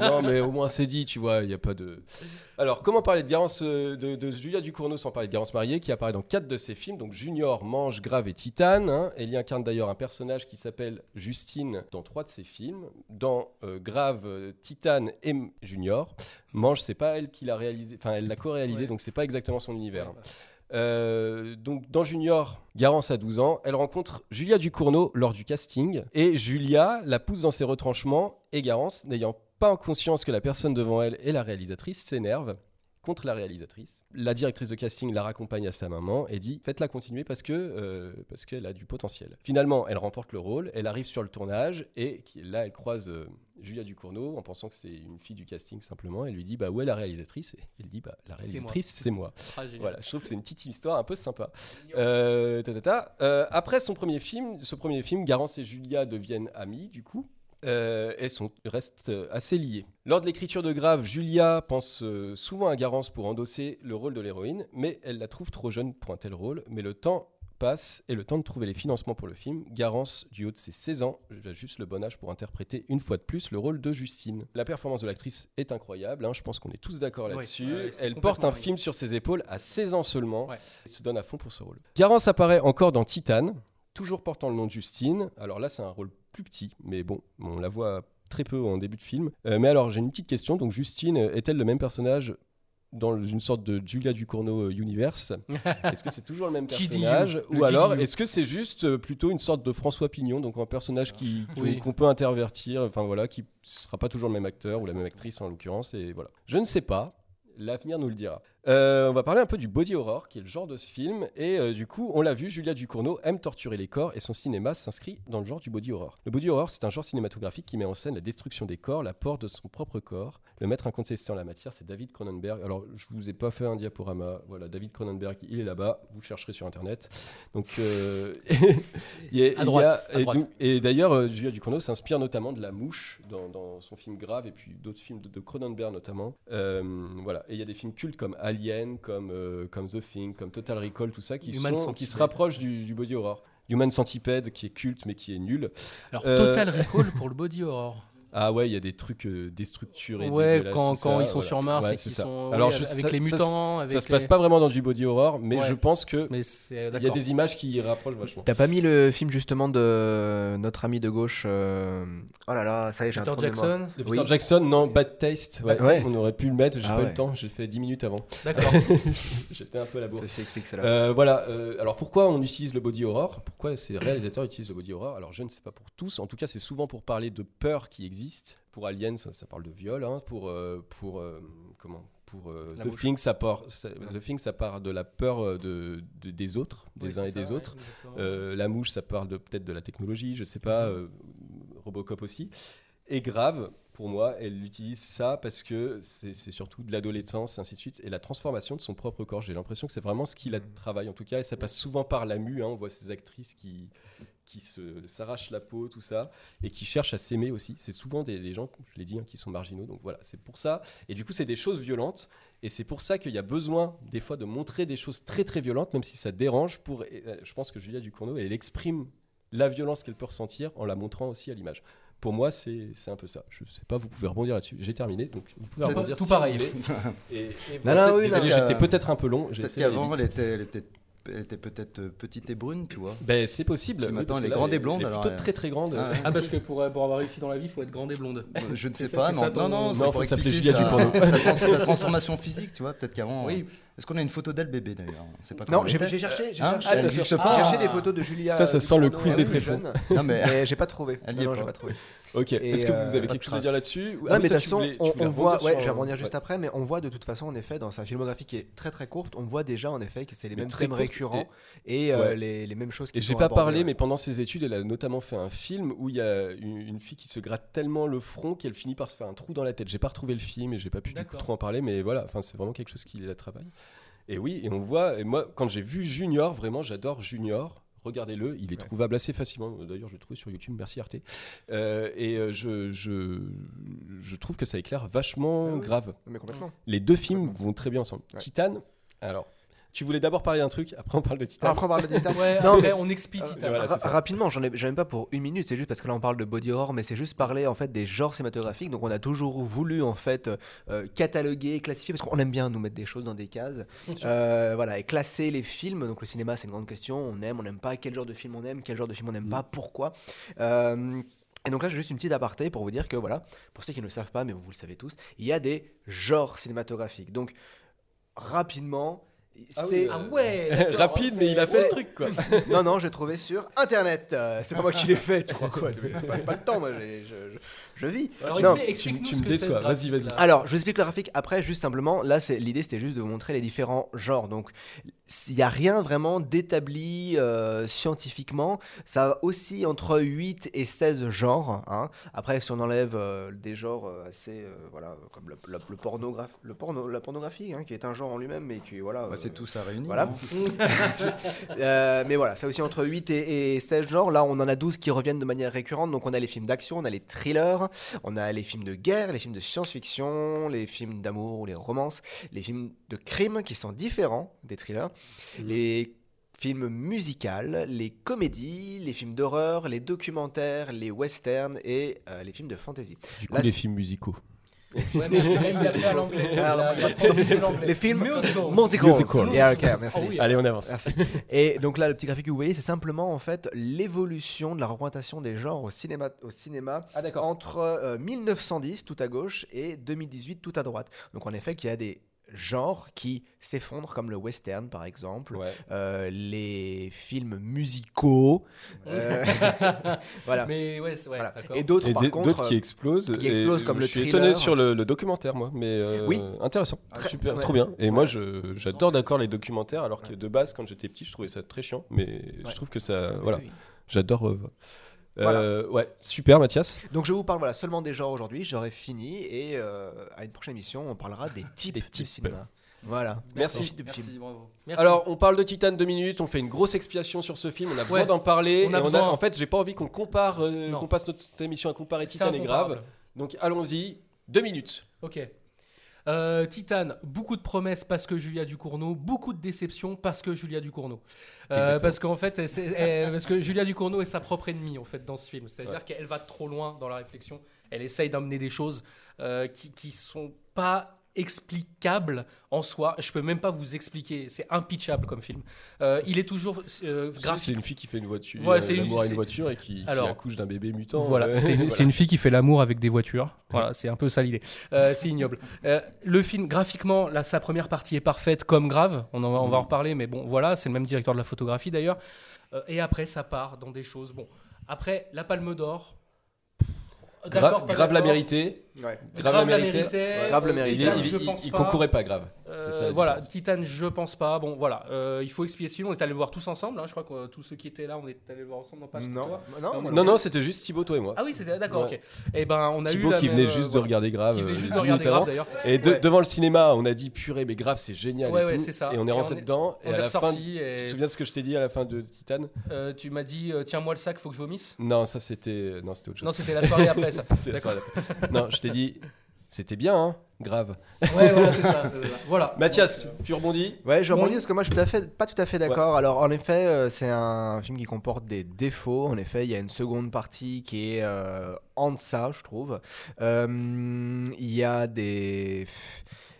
A: non, mais au moins c'est dit, tu vois, il n'y a pas de. Alors, comment parler de Garance, euh, de, de Julia Ducournau sans parler de Garance Marié qui apparaît dans quatre de ses films, donc Junior, Mange, Grave et Titane. hein. Elle y incarne d'ailleurs un personnage qui s'appelle Justine dans trois de ses films, dans euh, Grave, euh, Titane et M- Junior. Mange, c'est pas elle qui l'a réalisé, enfin elle l'a co-réalisé,
C: Ouais.
A: donc c'est pas exactement son univers.
C: ouais,
A: Euh, donc dans Junior, Garance a 12 ans, elle rencontre Julia Ducournau lors du casting et Julia la pousse dans ses retranchements et Garance, n'ayant pas conscience que la personne devant elle est la réalisatrice, s'énerve contre la réalisatrice. La directrice de casting la raccompagne à sa maman et dit faites-la continuer parce que euh, parce qu'elle a du potentiel. Finalement, elle remporte le rôle, elle arrive sur le tournage et qui- là elle croise euh, Julia Ducournau en pensant que c'est une fille du casting simplement, elle lui dit bah où est la réalisatrice Et elle dit bah la
C: C'est moi.
A: réalisatrice c'est moi.
C: tragique.
A: Voilà, je trouve que c'est une petite histoire un peu sympa. Euh, ta, ta, ta. Euh, après son premier film, ce premier film, Garance et Julia deviennent amies, du coup. euh, et sont, restent euh, assez liées. Lors de l'écriture de Grave, Julia pense euh, souvent à Garance pour endosser le rôle de l'héroïne, mais elle la trouve trop jeune pour un tel rôle. Mais le temps passe et le temps de trouver les financements pour le film, Garance, du haut de ses 16 ans, a juste le bon âge pour interpréter une fois de plus le rôle de Justine. La performance de l'actrice est incroyable, hein, je pense qu'on est tous d'accord
C: Ouais,
A: là-dessus.
C: ouais, c'est
A: Elle porte un
C: complètement
A: film sur ses épaules à 16 ans seulement
C: Ouais.
A: et se donne à fond pour ce rôle. Garance apparaît encore dans Titan, toujours portant le nom de Justine. Alors là, c'est un rôle plus petit, mais bon, on la voit très peu en début de film. Euh, mais alors, j'ai une petite question. Donc, Justine, euh, est-elle le même personnage dans une sorte de Julia Ducournau euh, universe. Est-ce que c'est toujours le même personnage ou alors est-ce que c'est juste euh, plutôt une sorte de François Pignon, donc un personnage qui qu'on
C: Oui.
A: qu'on peut intervertir, enfin voilà, qui sera pas toujours le même acteur ou la même actrice en l'occurrence et voilà. Je ne sais pas. L'avenir nous le dira. Euh, on va parler un peu du body horror, qui est le genre de ce film. Et euh, du coup, on l'a vu, Julia Ducournau aime torturer les corps et son cinéma s'inscrit dans le genre du body horror. Le body horror, c'est un genre cinématographique qui met en scène la destruction des corps, l'apport de son propre corps. Le maître incontesté en la matière, c'est David Cronenberg. Alors, je vous ai pas fait un diaporama. Voilà, David Cronenberg, il est là-bas. Vous le chercherez sur Internet. Donc, euh, il y a- il y a-
C: droite, à
A: et
C: droite.
A: donc- et d'ailleurs, euh, Julia Ducournau s'inspire notamment de La Mouche dans, dans son film Grave et puis d'autres films de, de Cronenberg notamment. Euh, voilà. Et il y a des films cultes comme Alien, comme, euh, comme The Thing, comme Total Recall, tout ça qui,
C: Human
A: sont, qui se
C: Centipede.
A: rapprochent du, du body horror. Human Centipede qui est culte mais qui est nul.
C: Alors,
A: Euh,
C: Total Recall pour le body horror.
A: Ah ouais, il y a des trucs euh, déstructurés.
C: Ouais,
A: dégueulasses,
C: quand-
A: tout
C: quand
A: ça,
C: ils sont
A: voilà.
C: sur Mars
A: Ouais,
C: et
A: c'est
C: qu'ils
A: ça.
C: sont-
A: Alors,
C: oui,
A: je-
C: avec
A: ça-
C: les
A: ça se-
C: mutants, avec
A: ça se passe
C: les-
A: pas vraiment dans du body horror, mais
C: Ouais.
A: je pense que
C: Mais c'est-
A: il y a
C: d'accord.
A: des images qui y rapprochent vachement.
B: T'as pas mis le film justement de notre ami de gauche euh, Oh là là, ça y est, j'ai un
C: Peter
B: trou de mémoire.
C: Jackson
A: De
B: Oui.
A: Peter Jackson, non, Bad Taste. ouais.
B: Bad Taste.
A: On aurait pu le mettre, j'ai pas
B: Ah
A: eu
B: ouais.
A: le temps, j'ai fait 10 minutes avant.
C: D'accord.
A: J'étais un peu à la bourre.
B: Ceci explique cela.
A: Euh, voilà, euh, alors pourquoi on utilise le body horror Pourquoi ces réalisateurs utilisent le body horror Alors je ne sais pas pour tous, en tout cas c'est souvent pour parler de peurs qui existent. Pour Alien, ça, ça parle de viol, hein. pour, euh, pour euh, comment pour euh,
B: La
A: The,
B: mouche.
A: Thing, ça part, ça- The Thing, ça part de la peur euh, de, de- des autres, des
C: Oui,
A: uns
C: c'est
A: et
C: ça,
A: des
C: ouais,
A: autres.
C: exactement.
A: Euh, la mouche, ça parle de- peut-être de la technologie, je sais pas, euh, Robocop aussi. Et grave, pour moi, elle utilise ça parce que c'est c'est surtout de l'adolescence, ainsi de suite, et la transformation de son propre corps. J'ai l'impression que c'est vraiment ce qui la travaille, en tout cas, et ça passe souvent par la mue. hein. On voit ces actrices qui qui se- s'arrachent la peau, tout ça, et qui cherchent à s'aimer aussi. C'est souvent des, des gens, je l'ai dit, hein, qui sont marginaux. Donc voilà, c'est pour ça. Et du coup, c'est des choses violentes. Et c'est pour ça qu'il y a besoin, des fois, de montrer des choses très, très violentes, même si ça dérange. Pour, et, euh, je pense que Julia Ducournau, elle exprime la violence qu'elle peut ressentir en la montrant aussi à l'image. Pour moi, c'est c'est un peu ça. Je sais pas, vous pouvez rebondir là-dessus. J'ai terminé, donc vous pouvez
C: Tout-
A: rebondir.
C: tout
A: si
C: pareil.
A: vous voulez. Et, et
B: Non,
A: voilà,
B: non, oui,
A: peut-être-
B: non,
A: désolé,
B: mais,
A: j'étais
B: euh,
A: peut-être un peu long. j'ai
D: Peut-être
A: essayé d'aller
D: qu'avant,
A: vite.
D: elle était, elle était, elle était peut-être euh, petite et brune, tu vois.
A: Ben, c'est possible.
D: Mais
A: oui,
D: maintenant,
A: parce
D: elle
A: que
D: est
A: là,
D: grande et blonde,
A: Elle est
D: alors,
A: plutôt
D: elle-
A: très très grande.
D: Ah, ouais.
C: Ah, parce que pour, euh, pour avoir réussi dans la vie, il faut être grande et blonde.
D: Euh, Je ne sais
C: C'est ça,
D: pas,
C: c'est
D: non,
C: ça ton-
D: non, non,
C: Non,
D: c'est
A: faut
D: pour
A: s'appeler
D: expliquer
A: Julia
D: sa-
A: Ducournau.
D: sa trans- la transformation physique, tu vois, peut-être qu'avant.
C: Oui.
D: euh, Est-ce qu'on a une photo d'elle bébé d'ailleurs On sait pas comment
B: Non,
D: elle
B: j'ai
D: était.
B: j'ai cherché, j'ai
A: Ah,
D: Hein
B: cherché.
D: Elle n'existe
B: J'ai
D: pas.
B: cherché des photos de Julia.
A: Ça, ça
B: euh,
A: sent le
B: Ducournau,
A: quiz des
B: euh,
A: très
B: jeune.
D: Non, mais-
B: Mais j'ai pas trouvé.
D: Elle y
B: Non,
D: est
B: non,
D: pas.
B: j'ai pas trouvé.
A: Ok,
B: Et,
A: est-ce que vous
B: euh,
A: avez
D: pas de
A: quelque chose à
D: trace.
A: dire là-dessus Ah
B: Ouais, mais de
A: toi, tu
B: toute façon,
A: voulais- tu
B: on,
A: voulais
B: on
A: rebondir
B: voit, ouais,
A: sur- euh,
B: je vais rebondir juste
A: Ouais.
B: après, mais on voit de toute façon, en effet, dans sa filmographie qui est très très courte, on voit déjà en effet que c'est les
A: Mais
B: mêmes
A: très
B: thèmes
A: courte,
B: récurrents et, euh,
A: ouais.
B: les, les mêmes choses qui
A: Et j'ai
B: sont
A: pas
B: abordées,
A: parlé,
B: ouais.
A: mais pendant ses études, elle a notamment fait un film où il y a une, une fille qui se gratte tellement le front qu'elle finit par se faire un trou dans la tête. J'ai pas retrouvé le film et j'ai pas pu du coup
C: D'accord.
A: trop en parler, mais voilà, enfin c'est vraiment quelque chose qui la travaille. Et oui, et on voit, et moi quand j'ai vu Junior, vraiment j'adore Junior. Regardez-le, il est trouvable assez facilement. D'ailleurs, je l'ai trouvé sur YouTube. Merci Arte. Euh, et euh, je, je, je trouve que ça éclaire vachement
B: Ah oui.
A: grave.
B: Mais complètement.
A: Les deux films vont très bien ensemble.
B: Ouais.
A: Titan. Alors, tu voulais d'abord parler d'un truc, après on parle de Titan.
B: Ah, Après, on parle de Titan.
C: Ouais,
B: Non,
C: après,
B: mais-
C: on explique
A: Et
C: Titan.
A: Ah, Euh, voilà,
B: Ra-
A: c'est ça.
B: rapidement, j'en ai, j'en ai même pas pour une minute, c'est juste parce que là on parle de body horror, mais c'est juste parler en fait des genres cinématographiques. Donc on a toujours voulu en fait euh, euh, cataloguer, classifier, parce qu'on aime bien nous mettre des choses dans des cases. Euh, voilà, et classer les films. Donc le cinéma c'est une grande question. On aime, on n'aime pas, quel genre de film on aime, quel genre de film on
A: Mm.
B: n'aime pas, pourquoi. Euh, et donc là, j'ai juste une petite aparté pour vous dire que voilà, pour ceux qui ne le savent pas, mais vous le savez tous, il y a des genres cinématographiques. Donc rapidement,
A: Ah oui,
B: c'est
A: euh,
C: Ah ouais
A: Rapide, mais il a fait le truc, quoi.
B: non, non, j'ai trouvé sur Internet. Euh, c'est pas moi qui l'ai fait, tu crois quoi J'ai pas, j'ai pas de temps, moi, j'ai- je, je- je vis.
C: Alors,
B: Non,
C: explique-
A: tu me-
C: explique-nous
A: tu
C: ce
A: me
C: que c'est,
A: déçois.
C: ce
A: Vas-y, vas-y.
C: graphique-là.
B: Alors, je vous explique le graphique après, juste simplement. Là, c'est l'idée, c'était juste de vous montrer les différents genres. Donc, il n'y a rien vraiment d'établi euh, scientifiquement. Ça oscille entre 8 et 16 genres. hein. Après, si on enlève euh, des genres euh, assez, euh, voilà, comme le, le- le pornographe- le porno, la pornographie, hein, qui est un genre en lui-même, mais qui, voilà.
D: Bah, c'est
B: euh,
D: tout ça réuni.
B: Voilà.
D: non
B: Euh, mais voilà, c'est aussi entre 8 et, et 16 genres. Là, on en a 12 qui reviennent de manière récurrente. Donc, on a les films d'action, on a les thrillers, on a les films de guerre, les films de science-fiction, les films d'amour ou les romances, les films de crime qui sont différents des thrillers, les films musicaux, les comédies, les films d'horreur, les documentaires, les westerns et euh, les films de fantasy.
A: Du
B: coup, Là, les c'est-
A: films musicaux.
C: Ouais, mais après, il a fait à l'anglais. Il a- il a prononcé l'anglais.
B: Ah, Les films
C: Musicals.
B: musicals.
A: Musicals.
B: Yeah, ok, merci.
C: Ah oui,
A: Allez, on avance.
B: Merci. Et donc là, le petit graphique que vous voyez, c'est simplement en fait l'évolution de la représentation des genres au cinéma, au cinéma entre euh, 1910 tout à gauche et 2018 tout à droite. Donc en effet, qu'il y a des genres qui s'effondrent, comme le western par exemple, euh, les films musicaux. euh, voilà.
C: Mais ouais, c'est- ouais,
B: Voilà.
C: d'accord.
B: Et d'autres, par
A: des-
B: contre,
A: d'autres qui
B: euh,
A: explosent.
B: qui
A: et
B: explosent comme le
A: Je suis
B: thriller.
A: étonné sur le, le documentaire, moi, mais euh,
B: Oui.
A: intéressant.
B: Très-
A: Super,
B: ouais.
A: trop bien. Et
B: Ouais.
A: moi, je- j'adore d'accord les documentaires, alors que de base, quand j'étais petit, je trouvais ça très chiant, mais
B: Ouais.
A: je trouve que ça, voilà,
B: oui.
A: j'adore. euh,
B: Voilà.
A: euh, ouais, super, Mathias.
B: euh, Donc je vous parle voilà, seulement des genres aujourd'hui, j'aurai fini et euh, à une prochaine émission on parlera des types, de cinéma. Voilà.
A: Merci.
B: Des types de films.
C: Merci.
A: Alors, on parle de Titan deux minutes, on fait une grosse expiation sur ce film, on a besoin
C: Ouais.
A: d'en parler.
C: On a
A: et
C: besoin.
A: en fait, j'ai pas envie qu'on compare, euh,
C: Non.
A: qu'on passe notre cette émission à comparer
C: C'est
A: Titan et Grave.
C: incomparable.
A: Donc, allons-y, deux minutes.
C: Ok. Euh, Titan, beaucoup de promesses parce que Julia Ducournau, beaucoup de déceptions parce que Julia Ducournau. Euh,
A: Exactement.
C: parce qu'en fait, elle- c'est- elle- parce que Julia Ducournau est sa propre ennemie en fait dans ce film. C'est-à-dire
A: Ouais.
C: qu'elle va trop loin dans la réflexion. Elle essaye d'amener des choses euh, qui qui sont pas explicables en soi. Je peux même pas vous expliquer. C'est impitchable comme film. Euh, il est toujours euh, graphique.
A: C'est une fille qui fait une voiture,
C: Voilà,
A: euh,
C: c'est une-
A: l'amour à une
C: c'est-
A: voiture et qui, qui
C: Alors,
A: accouche d'un bébé mutant.
C: Voilà,
A: euh,
C: c'est une,
A: voilà.
C: c'est une fille qui fait l'amour avec des voitures. Voilà, c'est un peu ça l'idée. Euh, c'est ignoble. Euh, le film, graphiquement, là, sa première partie est parfaite, comme grave. On, en va- on va en reparler, mais bon, voilà, c'est le même directeur de la photographie d'ailleurs. Euh, et après, ça part dans des choses. Bon, après, la Palme d'Or.
A: Grave-
C: pas
A: grave la
C: d'accord.
A: mérité.
B: Ouais.
A: Grave la mérité. Ouais.
B: Grave la
C: Euh,
B: mérité.
C: Titan,
A: Il-
C: je
A: il-
C: pense
A: il concourait pas, grave.
C: Euh,
A: C'est ça la
C: voilà,
A: différence.
C: Titan, je pense pas. Bon, voilà, Euh, il faut expier. Sinon, on est allé le voir tous ensemble. hein. Je crois que euh, tous ceux qui étaient là, on est allé le voir ensemble. Non, pas
B: Non.
C: toi.
B: Non,
C: on
A: Non,
C: était-
A: non, c'était juste Thibaut, toi et moi.
C: Ah oui, c'était d'accord,
A: Ouais.
C: ok. Et ben, on a
A: Thibaut
C: eu la
A: qui
C: même,
A: venait
C: euh,
A: juste de
C: voilà.
A: regarder Grave.
C: Qui venait
A: euh,
C: juste
A: dix
C: de regarder
A: minutes
C: Grave
A: avant.
C: d'ailleurs.
A: Et de-
C: Ouais.
A: devant le cinéma, on a dit purée, mais Grave, c'est génial.
C: Ouais,
A: et
C: ouais,
A: tout.
C: c'est ça.
A: Et on est
C: Et
A: rentré
C: on est-
A: dedans.
C: on
A: et à
C: est
A: la fin,
C: ressorti et-
A: tu te souviens de ce que je t'ai dit à la fin de Titan
C: Euh, tu m'as dit euh, tiens-moi le sac, faut que je vomisse.
A: Non, ça c'était. Non, c'était autre chose.
C: Non, c'était la soirée après ça.
A: C'est la
C: D'accord.
A: soirée après. non, je t'ai dit, c'était bien, hein, Grave.
C: Ouais, voilà, c'est ça. euh, voilà.
A: Mathias, tu rebondis
B: Ouais, je
C: Bon.
B: rebondis parce que moi je suis tout à fait, pas tout à fait d'accord. Alors en effet, euh, c'est un film qui comporte des défauts. En effet, il y a une seconde partie qui est euh, en deçà, je trouve. Euh, Il y a des.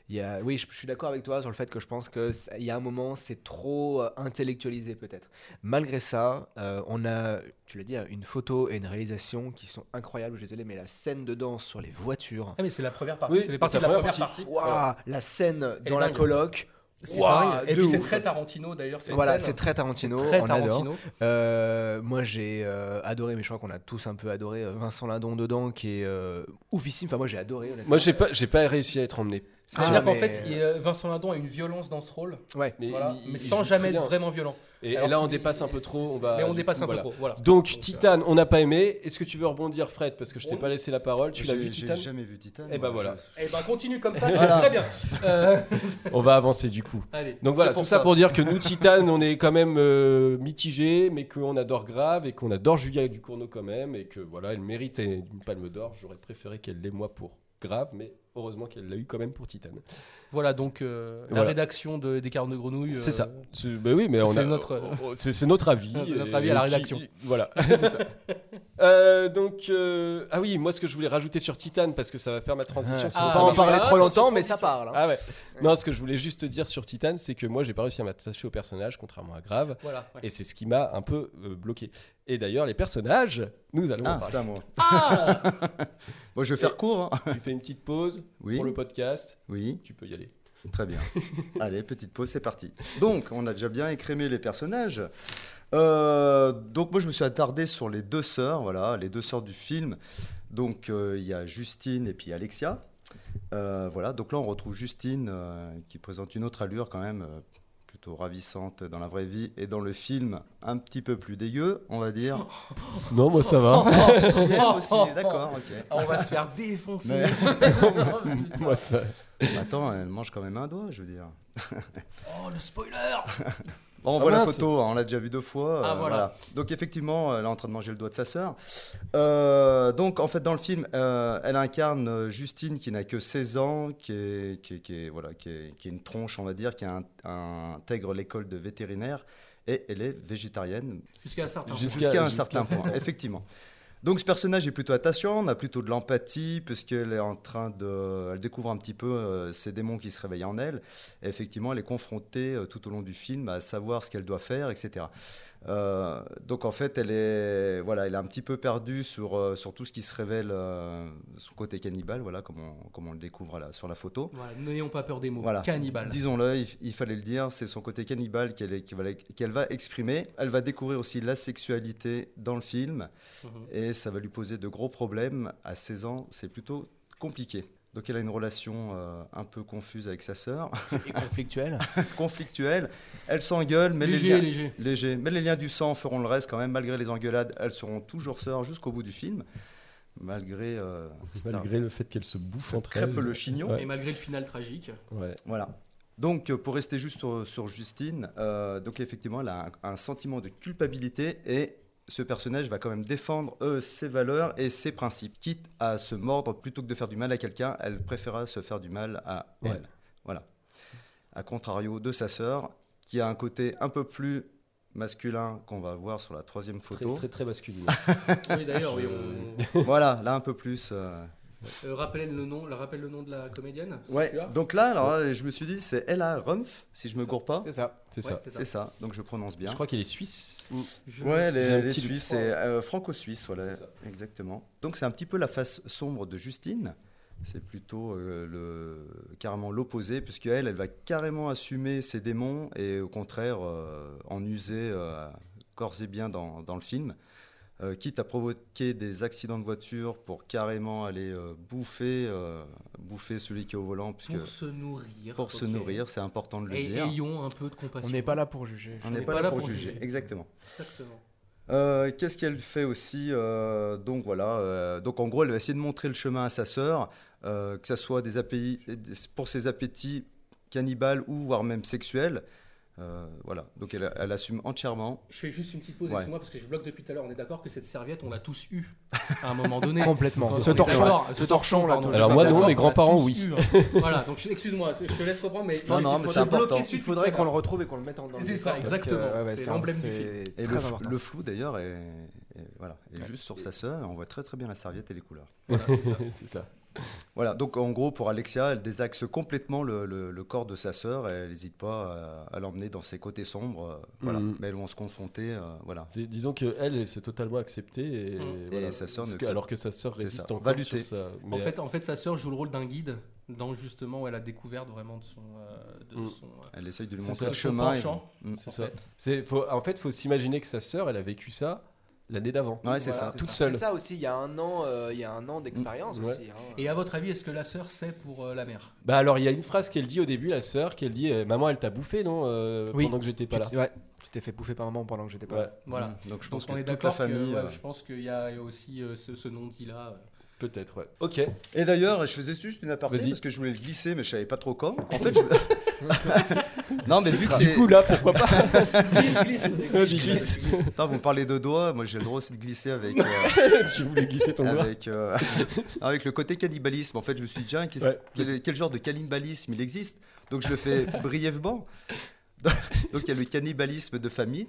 B: il y a- Oui, je, je suis d'accord avec toi sur le fait que je pense que ça- il y a un moment, c'est trop euh, intellectualisé peut-être. Malgré ça, euh, on a, tu l'as dit, hein, une photo et une réalisation qui sont incroyables. Je suis désolé, mais la scène de danse sur les voitures.
C: Ah, mais c'est la première partie.
A: Oui,
C: c'est les parties
A: c'est
C: de la première partie.
B: Waouh, la scène
C: est
B: dans la
C: dingue.
B: coloc.
C: C'est
B: Waouh,
C: dingue. Et
B: de
C: puis c'est
B: ouf.
C: très Tarantino d'ailleurs. cette
B: Voilà,
C: scène.
B: c'est très Tarantino,
C: C'est très
B: on
C: Tarantino.
B: adore. Euh, moi j'ai euh, adoré, mais je crois qu'on a tous un peu adoré euh, Vincent Lindon dedans, qui est euh, oufissime. Enfin, moi j'ai adoré. honnêtement.
A: Moi, j'ai pas, j'ai pas réussi à être emmené.
C: C'est-à-dire
B: Ah,
C: qu'en
B: mais-
C: fait, il- euh, Vincent Lindon a une violence dans ce rôle,
B: Ouais.
A: Mais,
C: voilà,
A: il-
C: mais
A: il
C: sans
A: joue très
C: jamais être
A: bien.
C: vraiment violent.
A: Et, et
C: Alors
A: là, on
C: qu'il-
A: dépasse un peu trop. On va,
C: Mais on dépasse un peu
A: voilà.
C: trop. Voilà.
A: Donc, Titan, on n'a pas aimé. Est-ce que tu veux rebondir, Fred Parce que je t'ai pas laissé la parole. Tu l'as
D: J'ai-
A: vu, Titan
D: J'ai jamais vu Titan.
A: Eh ben
D: moi,
A: voilà.
D: je-
C: Et ben continue comme ça, c'est très bien. Euh,
A: On va avancer du coup.
C: Allez.
A: Donc voilà,
D: C'est pour
A: tout ça.
D: ça.
A: pour dire que nous, Titan, on est quand même euh, mitigé, mais qu'on adore Grave et qu'on adore Julia Ducournau quand même, et que voilà, elle mérite une palme d'or. J'aurais préféré qu'elle l'ait moi pour Grave, mais heureusement qu'elle l'a eu quand même pour Titan.
C: Voilà donc euh, la
A: Voilà.
C: rédaction de, des Carnes de Grenouille.
A: C'est
C: euh,
A: ça. C'est- bah oui, mais on
C: c'est
A: a-
C: notre-
A: oh, c'est c'est notre avis.
C: Ah, c'est notre
A: et-
C: avis à la
A: qui-
C: rédaction.
A: voilà, c'est ça. Euh, donc, euh, ah oui, moi ce que je voulais rajouter sur Titan, parce que ça va faire ma transition.
C: Ah,
B: Ouais,
A: c'est-
B: on va
A: Ah, ça
B: pas en
A: marche
B: parler
A: pas.
B: trop longtemps, mais ça parle. hein.
A: Ah ouais. Non, ce que je voulais juste te dire sur Titan, c'est que moi j'ai pas réussi à m'attacher au personnage, contrairement à Grave.
C: Voilà. ouais.
A: Et c'est ce qui m'a un peu euh, bloqué. Et d'ailleurs, les personnages, nous allons en
D: Ah,
A: parler.
D: ça, moi.
C: Ah
D: Moi, je vais faire court. hein.
A: Tu fais une petite pause
D: Oui.
A: pour le podcast,
D: Oui.
A: tu peux y aller.
D: Très bien. Allez, petite pause, c'est parti. Donc, on a déjà bien écrémé les personnages. Euh, donc, moi, je me suis attardé sur les deux sœurs, voilà, les deux sœurs du film. Donc, euh, il y a Justine et puis Alexia. Euh, voilà, donc là, on retrouve Justine euh, qui présente une autre allure quand même, euh, plutôt ravissante dans la vraie vie et dans le film, un petit peu plus dégueu, on va dire.
A: Non, moi ça
C: Oh,
A: va.
D: Elle aussi, d'accord, ok.
C: Ah, oh, On va se faire défoncer.
A: moi ça.
D: Attends, elle mange quand même un doigt, je veux dire.
C: Oh le spoiler
D: Bon, on
A: Ah
D: voit la
A: mince.
D: photo, hein, on l'a déjà vu deux fois.
C: Ah,
D: euh,
C: voilà.
D: Donc effectivement, elle est en train de manger le doigt de sa sœur. Euh, donc en fait, dans le film, euh, elle incarne euh, Justine qui n'a que 16 ans, qui est, qui est- qui est- voilà, qui est, qui est une tronche, on va dire, qui un- un- intègre l'école de vétérinaire et elle est végétarienne
C: Jusqu'à un certain
A: Jusqu'à-
D: jusqu'à un
A: jusqu'à
D: certain
A: un certain
D: point, effectivement. Donc ce personnage est plutôt attachant, on a plutôt de l'empathie puisqu'elle est en train de, elle découvre un petit peu euh, ces démons qui se réveillent en elle. Et effectivement, elle est confrontée euh, tout au long du film à savoir ce qu'elle doit faire, etc. Euh, donc en fait, elle est, voilà, elle est un petit peu perdue sur, euh, sur tout ce qui se révèle, euh, son côté cannibale, voilà, comme on, comme on le découvre là, sur la photo.
C: Voilà, n'ayons pas peur des mots.
D: Voilà.
C: Cannibale.
D: Disons-le, il, il fallait le dire, c'est son côté cannibale qu'elle est- qu'elle va, qu'elle va exprimer. Elle va découvrir aussi la sexualité dans le film
C: Mhm.
D: et ça va lui poser de gros problèmes. À 16 ans, c'est plutôt compliqué. Donc elle a une relation euh, un peu confuse avec sa sœur.
B: hein.
D: Et conflictuelle. conflictuelle. Elle s'engueule, mais
C: Léger,
D: les liens,
C: léger.
D: Mais les liens du sang feront le reste quand même. Malgré les engueulades, elles seront toujours sœurs jusqu'au bout du film. Malgré. euh,
A: Malgré le fait qu'elle se bouffe entre
D: crêpe
A: elles.
D: le chignon.
A: Ouais.
C: Et malgré le final tragique.
D: Voilà. Donc, euh, pour rester juste sur, sur Justine, euh, donc effectivement, elle a un, un sentiment de culpabilité et ce personnage va quand même défendre euh, ses valeurs et ses principes. Quitte à se mordre plutôt que de faire du mal à quelqu'un, elle préférera se faire du mal à
A: Ouais.
D: elle. Voilà. À contrario de sa sœur, qui a un côté un peu plus masculin qu'on va voir sur la troisième
A: Très,
D: photo.
A: très, très masculine.
C: Oui, d'ailleurs, oui, on-
D: voilà, là un peu plus. euh,
C: Euh, rappelle le nom, la- rappelle le nom de la comédienne. c'est
D: Ouais,
C: celui-là
D: donc là, alors, euh, je me suis dit, c'est Ella Rumpf, si je me gourre pas.
B: C'est ça.
A: C'est
D: Ouais,
A: ça.
D: C'est ça, donc je prononce bien.
A: Je crois qu'elle est suisse.
C: Je-
D: Ouais, elle
A: J'ai
D: est-
A: un
D: elle est
A: petit doute.
D: suisse, c'est euh, franco-suisse, voilà, exactement. Donc c'est un petit peu la face sombre de Justine. C'est plutôt euh, le, carrément l'opposé, puisque elle, elle va carrément assumer ses démons et au contraire euh, en user euh, corps et bien dans, dans le film. Euh, quitte à provoquer des accidents de voiture pour carrément aller euh, bouffer, euh, bouffer celui qui est au volant. Puisque,
C: Pour se nourrir,
D: Pour se
C: ok.
D: nourrir, c'est important de le
C: Et-
D: dire.
C: ayons un peu de compassion.
B: On n'est pas là pour juger.
D: On n'est pas, là pour, juger, exactement.
C: Exactement.
D: Euh, Qu'est-ce qu'elle fait aussi euh, Donc voilà, euh, donc en gros, elle va essayer de montrer le chemin à sa sœur, euh, que ça soit des appéi- pour ses appétits cannibales ou voire même sexuels. Euh, voilà, donc elle, elle assume entièrement.
C: Je fais juste une petite pause,
D: Ouais.
C: excuse-moi, parce que je bloque depuis tout à l'heure. On est d'accord que cette serviette, on l'a tous eue à un moment donné.
B: Complètement.
C: Quand
B: Ce
C: on est
B: torchon,
C: d'accord,
B: ouais.
C: ce
B: Ce
C: torchon,
B: torchon, là,
C: pardon,
B: dont
C: je
B: je
C: suis
B: parle.
C: d'accord,
B: Moi, non, mes
C: on l'a
B: grands-parents,
C: tous
B: oui.
C: eue, hein. voilà, donc je- excuse-moi, c'est- je te laisse reprendre, mais
D: Non, non, mais c'est important.
B: Il faudrait qu'on le retrouve et qu'on le mette en dans le
C: C'est ça,
B: décor, parce que,
C: exactement.
B: ouais, ouais,
C: c'est
B: un-
C: l'emblème du
B: c'est
C: film.
D: Et
B: très
D: le, f-
B: important.
D: le flou d'ailleurs est, est- voilà, est juste sur sa sœur, et on voit très très bien la serviette et les couleurs.
A: Voilà, c'est ça. C'est ça.
D: Voilà, donc en gros pour Alexia, elle désaxe complètement le, le- le corps de sa sœur et elle n'hésite pas à, à l'emmener dans ses côtés sombres. euh, voilà,
B: Mm.
A: Mhm.
D: mais elles vont se confronter. euh, voilà.
A: C'est- Disons que elle, elle s'est totalement acceptée. Et,
D: Mm.
A: voilà.
D: Et sa sœur
A: Parce
D: ne-
A: que- alors que sa sœur
D: C'est
A: résiste
D: ça.
A: encore
D: Va lutter.
A: sur ça.
C: En fait, en fait, sa sœur joue le rôle d'un guide dans justement où elle a découvert vraiment de son, euh, de
A: Mm.
C: son, euh,
D: Elle essaye de lui
C: de
D: montrer le
C: son
D: chemin. et-
C: penchant,
D: Mm.
A: c'est
C: en
A: ça.
C: fait.
A: C'est- faut- en fait, faut s'imaginer que sa sœur, elle a vécu ça l'année d'avant.
D: Ouais, c'est
B: Voilà,
D: ça.
B: c'est
A: Toute
B: ça.
A: seule.
B: C'est ça aussi, il y a un an, euh, il y a un an d'expérience
A: Ouais.
B: aussi. hein.
C: Et à votre avis, est-ce que la sœur sait pour euh, la mère
A: Bah alors, il y a une phrase qu'elle dit au début, la sœur, qu'elle dit euh, Maman, elle t'a bouffé, non euh,
B: Oui.
A: Pendant que j'étais pas là.
B: Tu t- ouais, tu t'es fait bouffer par maman pendant que j'étais pas
A: Ouais.
B: là.
C: Voilà.
D: Mm. Donc je
C: Donc
D: pense que
C: on est
D: toute la
C: d'accord que
D: famille.
C: ouais,
D: euh,
C: je pense qu'il y a aussi euh, ce, euh. ce nom dit là.
A: Peut-être, ouais. Ok.
D: Et d'ailleurs, je faisais juste une aparté
A: Vas-y.
D: parce que je voulais le glisser, mais je savais pas trop quand. En fait, je- non, Ah, mais vu que
A: Du
D: c'est-
A: coup, là, pourquoi pas
C: Glisse, glisse,
A: J'y glisse.
D: Putain, vous me parlez de doigts, moi j'ai le droit aussi de glisser avec. euh,
A: Je voulais glisser ton doigt.
D: avec, euh, avec le côté cannibalisme. En fait, je me suis dit, tiens, qu'est-ce-
A: Ouais,
D: quel, quel genre de cannibalisme il existe Donc, je le fais brièvement. Donc, il y a le cannibalisme de famine.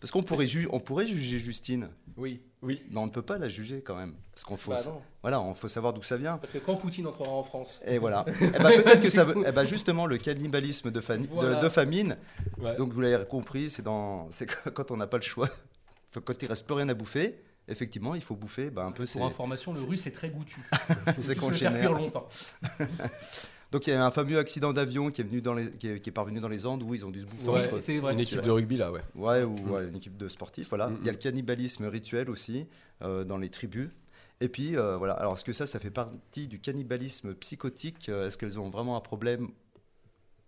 D: Parce qu'on pourrait, ju- on pourrait juger Justine,
B: Oui.
D: mais on ne peut pas la juger quand même. Parce qu'on faut,
C: Bah
D: sa-
C: non.
D: voilà, on faut savoir d'où ça vient.
C: Parce que quand Poutine entrera en France,
D: Et voilà. Eh ben, peut-être que ça veut. eh ben, justement, le cannibalisme de, fami- de-
C: Voilà.
D: de, famine.
A: Ouais.
D: Donc, vous l'avez compris, c'est dans... c'est quand on n'a pas le choix. Enfin, Quand il reste plus rien à bouffer, effectivement, il faut bouffer ben, un peu ses,
C: pour information, le russe est très goûtu.
D: ses
C: Je vais faire
D: congénères.
C: cuire longtemps.
D: Donc il y a un fameux accident d'avion qui est venu dans les, qui est, qui est parvenu dans les Andes où ils ont dû se bouffer
A: Ouais,
D: entre eux.
C: C'est vrai.
A: Une équipe de rugby, là, ouais.
D: Ouais, ou ouais, une équipe de sportifs. Voilà.
A: Mm.
D: Il y a le cannibalisme rituel aussi euh, dans les tribus. Et puis euh, voilà. Alors est-ce que ça, ça fait partie du cannibalisme psychotique Euh, Est-ce qu'elles ont vraiment un problème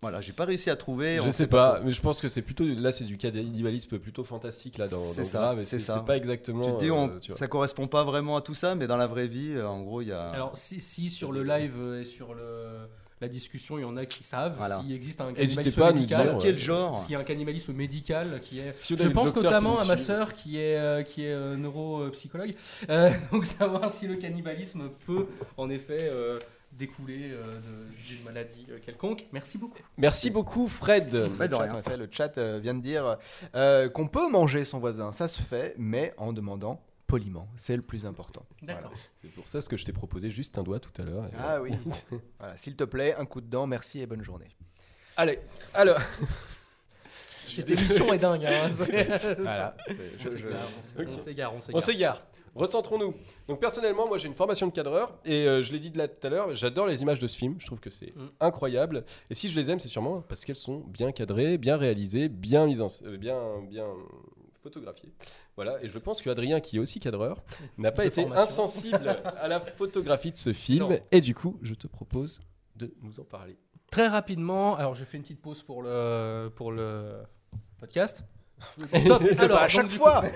D: Voilà, j'ai pas réussi à trouver.
A: Je
D: On
A: sais pas, mais je pense que c'est plutôt là c'est du cannibalisme plutôt fantastique là dans,
D: C'est
A: dans
D: ça,
A: Grave, et
D: c'est ça.
A: pas exactement.
D: Tu te dis,
A: euh,
D: on-
A: tu vois.
D: ça correspond pas vraiment à tout ça, mais dans la vraie vie, euh, en gros, il y a.
C: Alors si, si sur le live euh, et sur le, la discussion, il y en a qui savent
D: Voilà.
C: s'il existe un
A: N'hésitez
C: cannibalisme
A: pas à nous
C: médical.
A: dire,
D: quel genre
C: S'il y a un cannibalisme médical qui est.
A: Si on a
C: je
A: des
C: pense
A: docteurs qui
C: notamment
A: nous
C: à ma
A: suivent.
C: sœur qui est, euh, qui est euh, neuropsychologue. Euh, donc savoir si le cannibalisme peut en effet euh, découler euh, de- d'une maladie euh, quelconque. Merci beaucoup.
A: Merci beaucoup Fred.
D: Ouais, de
B: le, chat,
D: rien.
B: en fait, le chat, euh, vient de dire euh, qu'on peut manger son voisin, ça se fait, mais en demandant poliment. C'est le plus important.
C: D'accord.
A: C'est pour ça ce que je t'ai proposé juste un doigt tout à l'heure. et
B: Voilà. Ah oui. voilà, s'il te plaît, un coup de dent, merci et bonne journée.
A: Allez, alors.
C: Cette émission est dingue. hein.
A: Voilà, c'est-
C: On
A: je- je-
C: s'égare, on s'égare,
A: Ok.
C: on s'égare, on
A: On
C: s'égare.
A: s'égare. Recentrons-nous. Donc personnellement, moi j'ai une formation de cadreur et euh, je l'ai dit de là tout à l'heure, j'adore les images de ce film, je trouve que c'est
C: Mm.
A: incroyable. Et si je les aime, c'est sûrement parce qu'elles sont bien cadrées, bien réalisées, bien mises en sc- euh, bien bien photographiées. Voilà, et je pense que Adrien qui est aussi cadreur n'a pas
C: De
A: été
C: formation.
A: insensible à la photographie de ce film
C: Non.
A: et du coup, je te propose de nous en parler.
C: Très rapidement, alors j'ai fait une petite pause pour le, pour le podcast. Top.
B: Pas
C: Alors,
B: à
C: donc,
B: chaque
C: du
B: fois.
C: coup-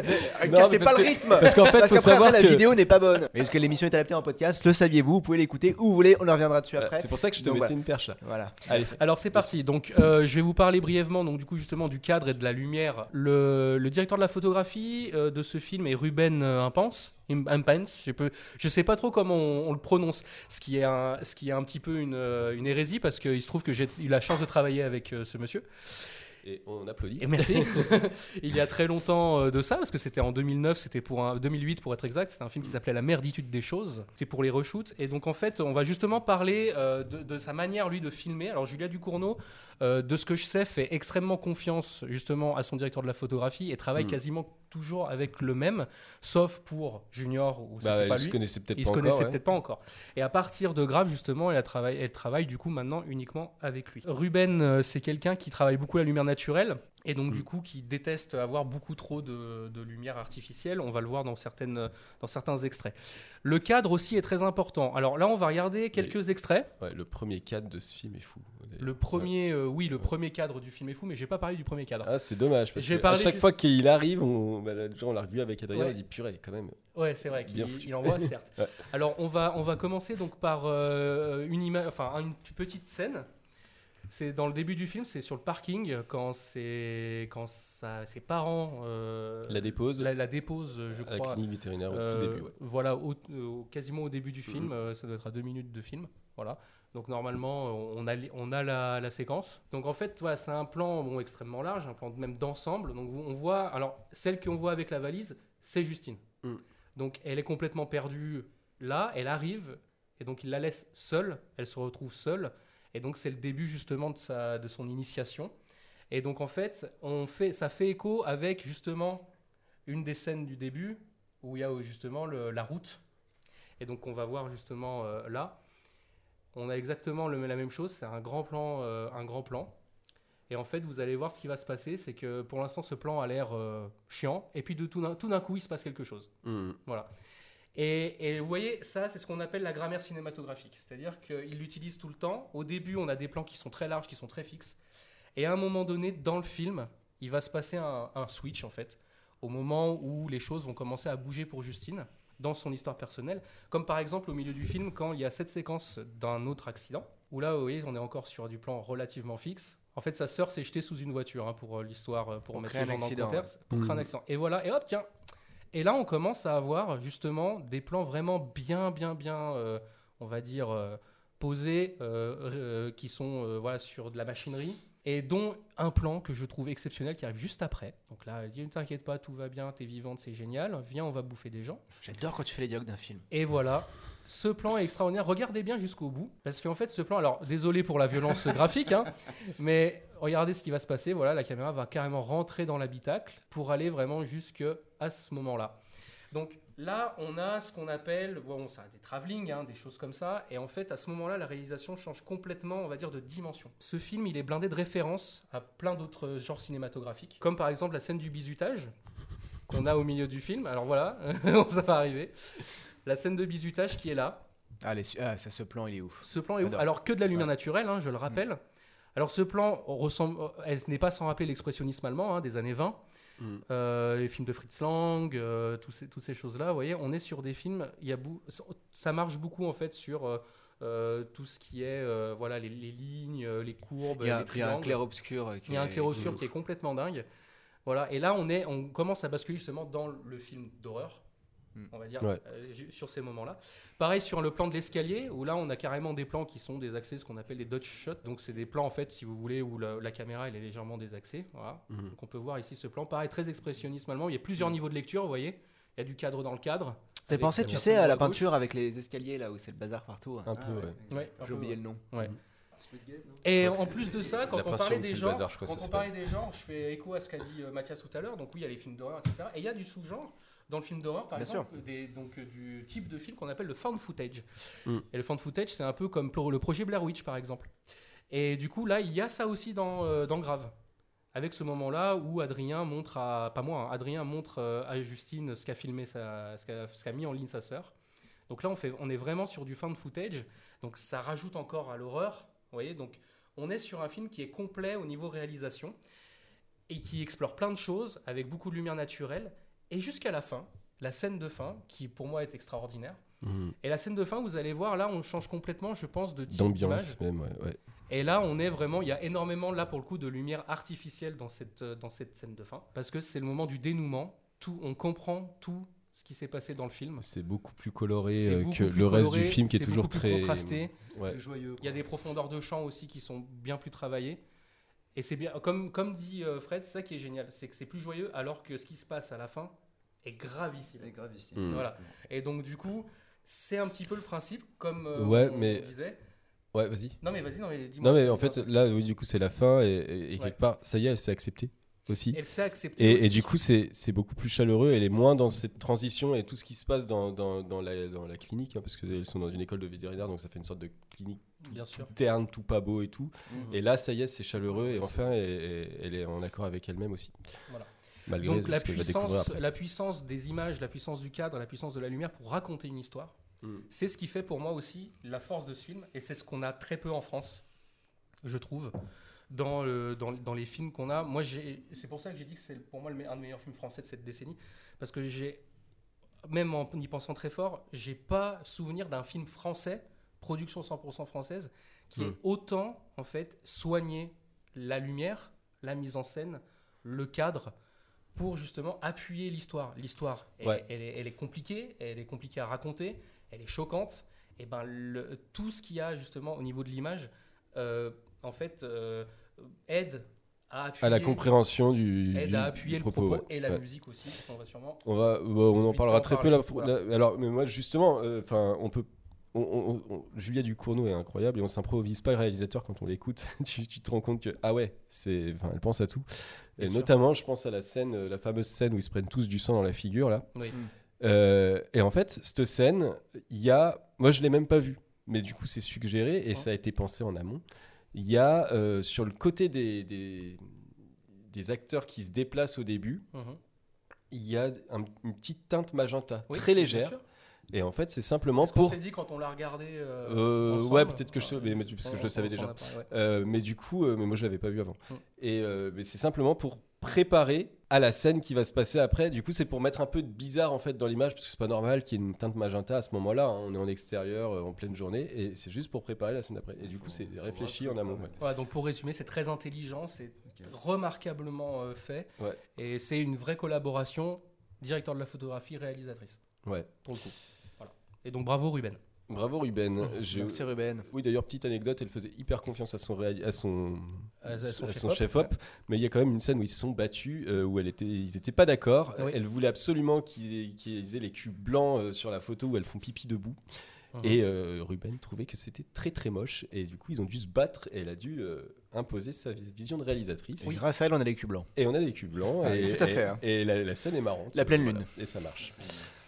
B: C'est-
A: Non, mais
B: Cassez pas
A: parce
B: le
A: que-
B: rythme
A: parce qu'en fait, faut
B: qu'après,
A: savoir
B: la
A: que-
B: vidéo n'est pas bonne. Mais est-ce que l'émission est adaptée en podcast Le saviez-vous Vous pouvez l'écouter où vous voulez, on en reviendra dessus après.
A: C'est pour ça que je te
B: Donc,
A: mettais
B: voilà.
A: une perche là.
B: Voilà.
A: Allez, c'est-
C: Alors c'est parti. Donc euh, je vais vous parler brièvement donc du coup justement du cadre et de la lumière. Le, le directeur de la photographie euh, de ce film est Ruben euh, Impens. Im- Impens. Je peux, je sais pas trop comment on, on le prononce. Ce qui est un, ce qui est un petit peu une, euh, une hérésie parce qu'il se trouve que j'ai eu la chance de travailler avec euh, ce monsieur.
A: Et on applaudit.
C: Et merci. Il y a très longtemps euh, de ça, parce que c'était en 2009, c'était pour un 2008 pour être exact, c'était un
A: Mm.
C: film qui s'appelait La merditude des choses. C'était pour les reshoots. Et donc en fait, on va justement parler euh, de, de sa manière lui de filmer. Alors Julia Ducournau, euh, de ce que je sais, fait extrêmement confiance justement à son directeur de la photographie et travaille
A: Mm.
C: quasiment toujours avec le même, sauf pour Junior ou
A: Bah,
C: c'était
A: elle
C: pas
A: se
C: lui.
A: connaissait peut-être
C: Ils
A: pas
C: se
A: encore,
C: connaissaient
A: ouais.
C: peut-être pas encore. Et à partir de Grave, justement, elle travaille, elle travaille du coup maintenant uniquement avec lui. Ruben, euh, c'est quelqu'un qui travaille beaucoup la lumière naturelle et
A: Mm.
C: donc du coup qui déteste avoir beaucoup trop de, de lumière artificielle. On va le voir dans, certaines, dans certains extraits. Le cadre aussi est très important. Alors là, on va regarder quelques extraits.
A: Ouais, le premier cadre de ce film est fou.
C: Le premier, euh, oui, le premier cadre du film est fou, mais j'ai pas parlé du premier cadre.
A: Ah, c'est dommage. Parce
C: Je vais
A: que à
C: parler
A: chaque
C: ju-
A: fois qu'il arrive, on, bah, là, déjà, on l'a revu avec Adrien,
C: Ouais.
A: on dit purée, quand même.
C: Ouais, c'est vrai qu'il
A: Bien foutu.
C: il envoie, certes.
A: Ouais.
C: Alors, on va, on va commencer donc par euh, une, ima- enfin, une petite scène. C'est dans le début du film, c'est sur le parking, quand, c'est, quand sa- ses parents euh,
A: La dépose. Euh,
C: La, la déposent, je
A: À la
C: crois. euh,
A: clinique vétérinaire au tout début, ouais.
C: Voilà, au- au- quasiment au début du film.
A: Mhm.
C: euh, ça doit être à deux minutes de film. Voilà. Donc normalement, euh, on a, li- on a la, la séquence. Donc en fait, voilà, c'est un plan bon, extrêmement large, un plan même d'ensemble. Donc on voit, alors celle qu'on voit avec la valise, c'est Justine.
A: Mhm.
C: Donc elle est complètement perdue là, elle arrive, et donc il la laisse seule, elle se retrouve seule, et donc c'est le début justement de, sa, de son initiation. Et donc en fait, on fait, ça fait écho avec justement une des scènes du début où il y a euh, justement le- la route. Et donc on va voir justement euh, là, on a exactement le- la même chose, c'est un grand plan, euh, un grand plan. Et en fait, vous allez voir ce qui va se passer, c'est que pour l'instant, ce plan a l'air euh, chiant, et puis de tout d'un- tout d'un coup, il se passe quelque chose.
A: Mhm.
C: Voilà. Et, et vous voyez, ça, c'est ce qu'on appelle la grammaire cinématographique. C'est-à-dire qu'il l'utilise tout le temps. Au début, on a des plans qui sont très larges, qui sont très fixes. Et à un moment donné, dans le film, il va se passer un, un switch, en fait, au moment où les choses vont commencer à bouger pour Justine, dans son histoire personnelle. Comme par exemple au milieu du film, quand il y a cette séquence d'un autre accident, où là, vous voyez, on est encore sur du plan relativement fixe. En fait, sa sœur s'est jetée sous une voiture, hein, pour euh, l'histoire, euh, pour,
B: Pour
C: mettre
B: créer
C: les
B: un
C: gens dans le
B: accident,
C: contexte,
B: ouais.
C: pour créer un
B: Mhm.
C: accident. Et voilà, et hop, tiens, et là, on commence à avoir justement des plans vraiment bien, bien, bien, euh, on va dire, euh, posés, euh, euh, qui sont euh, voilà, sur de la machinerie, et dont un plan que je trouve exceptionnel qui arrive juste après. Donc là, elle dit, ne t'inquiète pas, tout va bien, t'es vivante, c'est génial, viens, on va bouffer des gens.
B: J'adore quand tu fais les dialogues d'un film.
C: Et voilà, ce plan est extraordinaire. Regardez bien jusqu'au bout, parce qu'en fait, ce plan, alors désolé pour la violence graphique, hein, mais regardez ce qui va se passer. Voilà, la caméra va carrément rentrer dans l'habitacle pour aller vraiment jusque à ce moment-là. Donc là, on a ce qu'on appelle, bon, ça, des travelling, hein, des choses comme ça, et en fait, à ce moment-là, la réalisation change complètement, on va dire, de dimension. Ce film, il est blindé de références à plein d'autres genres cinématographiques, comme par exemple la scène du bizutage qu'on a au milieu du film. Alors voilà, ça va arriver. La scène de bizutage qui est là.
B: Allez, ah, ça, ce plan, il est ouf.
C: Ce plan est ouf.
B: J'adore. Mm.
C: Alors que de la lumière naturelle, hein, je le rappelle. Alors ce plan ressemble, elle n'est pas sans rappeler l'expressionnisme allemand hein, des années 20.
A: Mm.
C: Euh, les films de Fritz Lang, euh, tous ces, toutes ces choses-là, vous voyez, on est sur des films, il y a bou- ça marche beaucoup en fait sur euh, euh, tout ce qui est euh, voilà, les, les lignes, euh, les courbes,
B: Il y a,
C: les
B: il y a un
C: triangles.
B: clair-obscur. euh, qui
C: Il y a un
B: est-
C: clair-obscur qui est complètement dingue. Voilà, et là on, est, on commence à basculer justement dans le film d'horreur,
B: Mm.
C: on va dire,
A: Ouais.
C: euh, ju- sur ces moments-là. Pareil sur le plan de l'escalier, où là on a carrément des plans qui sont des accès, ce qu'on appelle des Dutch shots. Donc c'est des plans en fait, si vous voulez, où la, la caméra elle est légèrement désaxée. Voilà.
A: Mhm.
C: Donc on peut voir ici ce plan. Pareil, très expressionnisme allemand. Il y a
B: Hmm.
C: plusieurs niveaux de lecture, vous voyez. Il y a du cadre dans le cadre.
B: T'as
C: avec
B: pensé,
C: la
B: tu
C: personne
B: sais, à la
C: droite-gauche. Ah,
B: peinture avec les escaliers là où c'est le bazar partout. hein. Ah
A: Un peu, ouais.
C: Ouais, un
B: J'ai
C: peu,
B: oublié
C: ouais.
B: le nom.
C: Ouais.
A: Ouais,
C: Et en
A: c'est-
C: plus de ça, quand
A: la
C: on
A: passion,
C: parlait
A: c'est
C: des
A: le
C: genres,
A: bazar, je crois que
C: quand
A: ça
C: on parlait des genres, je fais écho à ce qu'a dit euh, Mathias tout à l'heure. Donc oui, il y a les films d'horreur, etc. Et il y a du sous-genre dans le film d'horreur, par
B: Bien
C: exemple, des- donc euh, du type de film qu'on appelle le found footage.
A: Mm.
C: Et le found footage, c'est un peu comme pour le projet Blair Witch, par exemple. Et du coup, là, il y a ça aussi dans, euh, dans Grave. Avec ce moment-là où Adrien montre à. Pas moi, hein, Adrien montre euh, à Justine ce qu'a filmé, sa, ce qu'a ce qu'a mis en ligne sa sœur. Donc là, on, fait, on est vraiment sur du found footage. Donc ça rajoute encore à l'horreur. Vous voyez, donc on est sur un film qui est complet au niveau réalisation et qui explore plein de choses avec beaucoup de lumière naturelle. Et jusqu'à la fin, la scène de fin, qui pour moi est extraordinaire.
A: Mhm.
C: Et la scène de fin, vous allez voir, là, on change complètement, je pense, de type d'image.
A: D'ambiance même, ouais. ouais.
C: Et là, on est vraiment, il y a énormément là pour le coup de lumière artificielle dans cette euh, dans cette scène de fin, parce que c'est le moment du dénouement. Tout, on comprend tout ce qui s'est passé dans le film.
A: C'est beaucoup plus coloré
C: C'est
A: euh,
C: beaucoup
A: que
C: plus
A: le reste du
C: coloré,
A: film qui est
C: c'est
A: toujours
C: beaucoup plus
A: très
C: contrasté.
A: Ouais.
C: Il y a des profondeurs de champ aussi qui sont bien plus travaillées. Et c'est bien, comme, comme dit euh, Fred, c'est ça qui est génial, c'est que c'est plus joyeux alors que ce qui se passe à la fin est gravissime.
D: Est gravissime.
A: Mm.
C: Voilà. Et donc du coup, c'est un petit peu le principe, comme euh,
A: Ouais,
C: on
A: mais-
C: disait.
A: Ouais, vas-y.
C: Non mais vas-y, non mais dis-moi.
A: Non mais en
C: Dis-moi.
A: fait là oui, du coup c'est la fin et, et- et
C: Ouais.
A: quelque part ça y est elle s'est acceptée aussi.
C: Elle s'est acceptée
A: Et, et
C: aussi.
A: du coup c'est c'est beaucoup plus chaleureux, elle est moins dans cette transition et tout ce qui se passe dans, dans, dans la, dans la clinique hein, parce qu'elles sont dans une école de vétérinaire donc ça fait une sorte de clinique tout,
C: Bien sûr.
A: tout terne, tout pas beau et tout.
C: Mhm.
A: Et là ça y est c'est chaleureux et enfin elle, elle est en accord avec elle-même aussi.
C: Voilà.
A: Malgré
C: Donc
A: ce
C: la
A: qu'elle va découvrir
C: puissance,
A: après.
C: la puissance des images, la puissance du cadre, la puissance de la lumière pour raconter une histoire,
A: Mm.
C: c'est ce qui fait pour moi aussi la force de ce film, et c'est ce qu'on a très peu en France, je trouve, dans, le- dans, dans les films qu'on a. Moi, j'ai- c'est pour ça que j'ai dit que c'est pour moi le me- un des meilleurs films français de cette décennie, parce que j'ai, même en y pensant très fort, j'ai pas souvenir d'un film français, production 100% française, qui
A: Mm.
C: ait autant en fait soigné la lumière, la mise en scène, le cadre pour justement appuyer l'histoire. L'histoire, elle,
A: Ouais.
C: elle est, elle est compliquée, elle est compliquée à raconter, elle est choquante. Et ben le- tout ce qu'il y a justement au niveau de l'image, euh, en fait, euh, aide à appuyer
A: à la compréhension du,
C: aide
A: du-
C: à
A: du
C: appuyer le propos,
A: ouais.
C: et la
A: Ouais.
C: musique aussi. parce qu'on va sûrement.
A: On va, bon, on en
C: Vite
A: parlera
C: fait en
A: très peu.
C: parler,
A: la-
C: voilà.
A: la- alors, mais moi justement, euh, enfin, on peut. On, on- on- Julia Ducournau est incroyable et on s'improvise pas réalisateur quand on l'écoute. tu, tu te rends compte que ah ouais, c'est, 'fin, elle pense à tout. Et
C: Bien sûr.
A: notamment, je pense à la scène, euh, la fameuse scène où ils se prennent tous du sang dans la figure là.
C: Oui.
A: Euh, et en fait, cette scène, il y a, moi je l'ai même pas vue, mais du coup c'est suggéré et ça a été pensé en amont. Il y a euh, sur le côté des, des des acteurs qui se déplacent au début,
C: Mhm.
A: il y a un- une petite teinte magenta
C: Oui,
A: très
C: bien
A: légère.
C: sûr.
A: Et en fait, c'est simplement
C: Ce qu'on
A: pour
C: s'est dit quand on l'a regardé. euh,
A: euh,
C: ensemble.
A: ouais, peut-être que je
C: Enfin,
A: mais, mais tu- parce que
C: on-
A: je le
C: on
A: savais
C: s'en
A: déjà.
C: a parlé, ouais.
A: Euh, mais du coup, euh, mais moi je l'avais pas vu avant.
C: Mm.
A: Et euh, mais c'est simplement pour préparer à la scène qui va se passer après. Du coup, c'est pour mettre un peu de bizarre en fait dans l'image parce que c'est pas normal qu'il y ait une teinte magenta à ce moment-là. hein. On est en extérieur, euh, en pleine journée, et c'est juste pour préparer la scène d'après. Et du coup, c'est réfléchi en amont. ouais.
C: Voilà, donc pour résumer, c'est très intelligent, c'est remarquablement euh, fait,
A: Ouais.
C: et c'est une vraie collaboration directeur de la photographie, réalisatrice,
A: Ouais.
C: pour le coup. Voilà. Et donc bravo Ruben.
A: Bravo
C: Mm.
A: Ruben. Je-
B: Merci Ruben.
A: Oui, d'ailleurs, petite anecdote, elle faisait hyper confiance à son, réa- à son,
C: À- à son
A: à
C: chef-op,
A: chef-op,
C: ouais.
A: mais il y a quand même une scène où ils se sont battus, euh, où elle était, ils n'étaient pas d'accord.
C: Oui.
A: Elle voulait absolument qu'ils aient, qu'ils aient les cubes blancs euh, sur la photo où elles font pipi debout.
C: Mhm.
A: Et euh, Ruben trouvait que c'était très très moche, et du coup, ils ont dû se battre, et elle a dû euh, imposer sa vi- vision de réalisatrice.
B: Et Grâce à elle, on a les cubes blancs.
A: Et on a des cubes blancs,
B: Ah,
A: et,
B: tout à
A: et-
B: fait, hein.
A: et la, la scène est marrante.
B: La pleine
A: Voilà.
B: lune.
A: Et ça marche.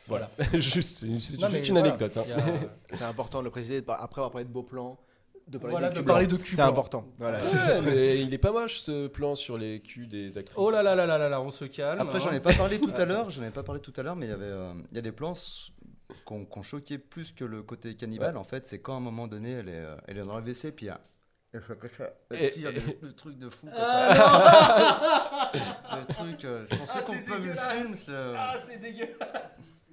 A: Voilà, juste, c'est juste
C: Non, mais
A: une
C: voilà,
A: anecdote. hein.
C: il y a-
B: C'est important de le préciser par- après avoir parlé de beaux plans, de parler
C: Voilà,
B: de
C: de
B: cubes
C: parler
B: blancs.
C: de cubes
B: C'est
C: blancs.
B: important. Voilà.
A: Ouais, mais il est pas moche ce plan sur les culs des actrices.
C: Oh là là là là là là, on se calme.
D: Après, j'en
C: hein.
D: ai pas parlé tout à l'heure. J'en ai pas parlé tout à l'heure, mais il y avait, euh, il y a des plans s- qu'on qu'on choquait plus que le côté cannibale.
A: Ouais.
D: En fait, c'est quand à un moment donné, elle est, euh, elle est dans le WC, puis il y a- elle fait comme ça.
A: Et-
D: Et puis il y a
A: et-
D: le, le truc de fou. Comme
C: Ah,
D: ça. le truc. euh, je pensais
C: Ah,
D: qu'on
C: c'est
D: peut le film.
C: dégueulasse.
D: c'est, euh,
C: Ah, c'est dégueulasse.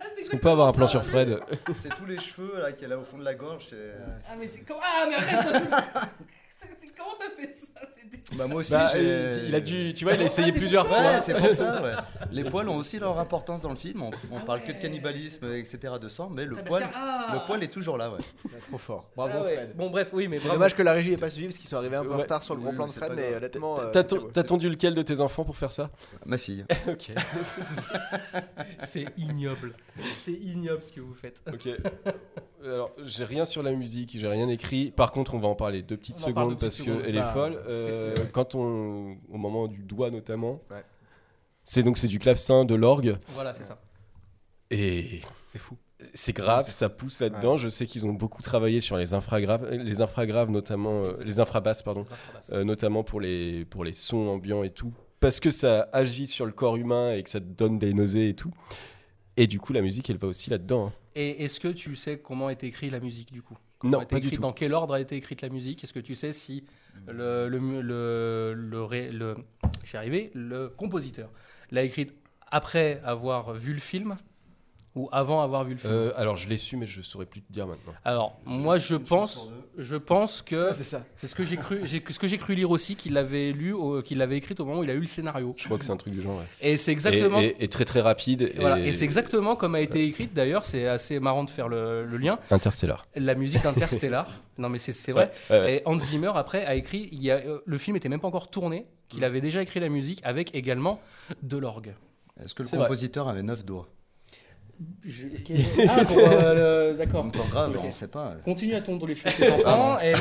C: Ah, c'est
A: Est-ce qu'on peut avoir un plan
C: ça.
A: sur Fred
D: C'est tous les cheveux là qu'elle a au fond de la gorge. euh, et-
C: Ah mais c'est comment Ah mais arrête. C'est- c'est- Comment t'as fait ça C'est dé-
D: Bah moi aussi,
A: Bah,
D: j'ai-
A: il a dû, tu vois, il a essayé
C: Ah, c'est
A: plusieurs
C: pour
A: fois.
D: Ouais, c'est pour ça. ouais. Les poils ont aussi leur importance dans le film. On, on parle que de cannibalisme, etc. de sang, mais le
C: T'as
D: poil,
C: bien- Ah
D: le poil est toujours là. Ouais.
B: C'est trop fort. Bravo
C: Ah ouais.
B: Fred.
C: Bon bref, oui mais
B: C'est
C: bravo.
B: dommage que la régie n'ait pas suivi parce qu'ils sont arrivés un peu en
A: Ouais.
B: retard sur le
D: Oui,
B: gros plan
D: mais
B: de
D: c'est
B: Fred,
D: pas
B: mais
D: grave.
B: honnêtement. euh,
A: T'as
B: c'était
A: ton-
B: beau,
A: t'as
B: c'était-
A: tendu lequel de tes enfants pour faire ça
D: Ma fille.
A: Ok.
C: C'est ignoble. C'est ignoble ce que vous faites.
A: Ok. Alors, j'ai rien sur la musique, j'ai rien écrit. Par contre, on va en parler deux petites
B: On en parle deux
A: secondes
B: petites
A: parce
B: secondes.
A: qu'elle est
B: Bah,
A: folle.
B: c'est-
A: Euh,
B: c'est vrai.
A: quand on, au moment du doigt notamment,
B: Ouais.
A: c'est donc c'est du clavecin, de l'orgue.
C: Voilà, c'est ça.
A: Et
B: C'est fou.
A: c'est grave,
B: Ouais, c'est
A: ça
B: fou.
A: pousse là-dedans. Je sais qu'ils ont beaucoup travaillé sur les infragraves, les infragraves notamment, euh, les infrabasses pardon, euh, notamment pour les pour les sons ambiants et tout, parce que ça agit sur le corps humain et que ça te donne des nausées et tout. Et du coup, la musique, elle va aussi là-dedans. hein.
C: Et est-ce que tu sais comment est écrite la musique du coup
A: Non,
C: Comment est
A: pas du
C: écrite-
A: tout.
C: Dans quel ordre a été écrite la musique Est-ce que tu sais si le le mu- le, le ré- le- j'y suis arrivé, le compositeur l'a écrite après avoir vu le film ou avant avoir vu le film
A: Euh, alors, je l'ai su, mais je saurais plus te dire maintenant.
C: Alors moi je pense je pense que
A: Ah,
B: c'est ça.
C: c'est ce que j'ai cru j'ai ce que j'ai cru lire aussi qu'il l'avait lu au- qu'il l'avait écrite au moment où il a eu le scénario.
A: Je crois que c'est un truc du genre. ouais.
C: Et c'est exactement-
A: Et, et- et très très rapide. Et,
C: Et voilà. Et c'est exactement comme a été écrite d'ailleurs, c'est assez marrant de faire le, le lien.
A: Interstellar.
C: La musique d'Interstellar. non mais c'est c'est vrai.
A: Ouais, ouais, ouais.
C: Et Hans Zimmer après a écrit, il y a, euh, le film était même pas encore tourné,
A: Mm.
C: qu'il avait déjà écrit la musique avec également de l'orgue.
D: Est-ce que le
C: C'est vrai.
D: compositeur avait neuf doigts
C: Ah, pour, euh, le- D'accord.
D: Encore grave,
C: Ok.
D: on sait pas. euh.
C: Continue à tondre les cheveux de tes enfants et,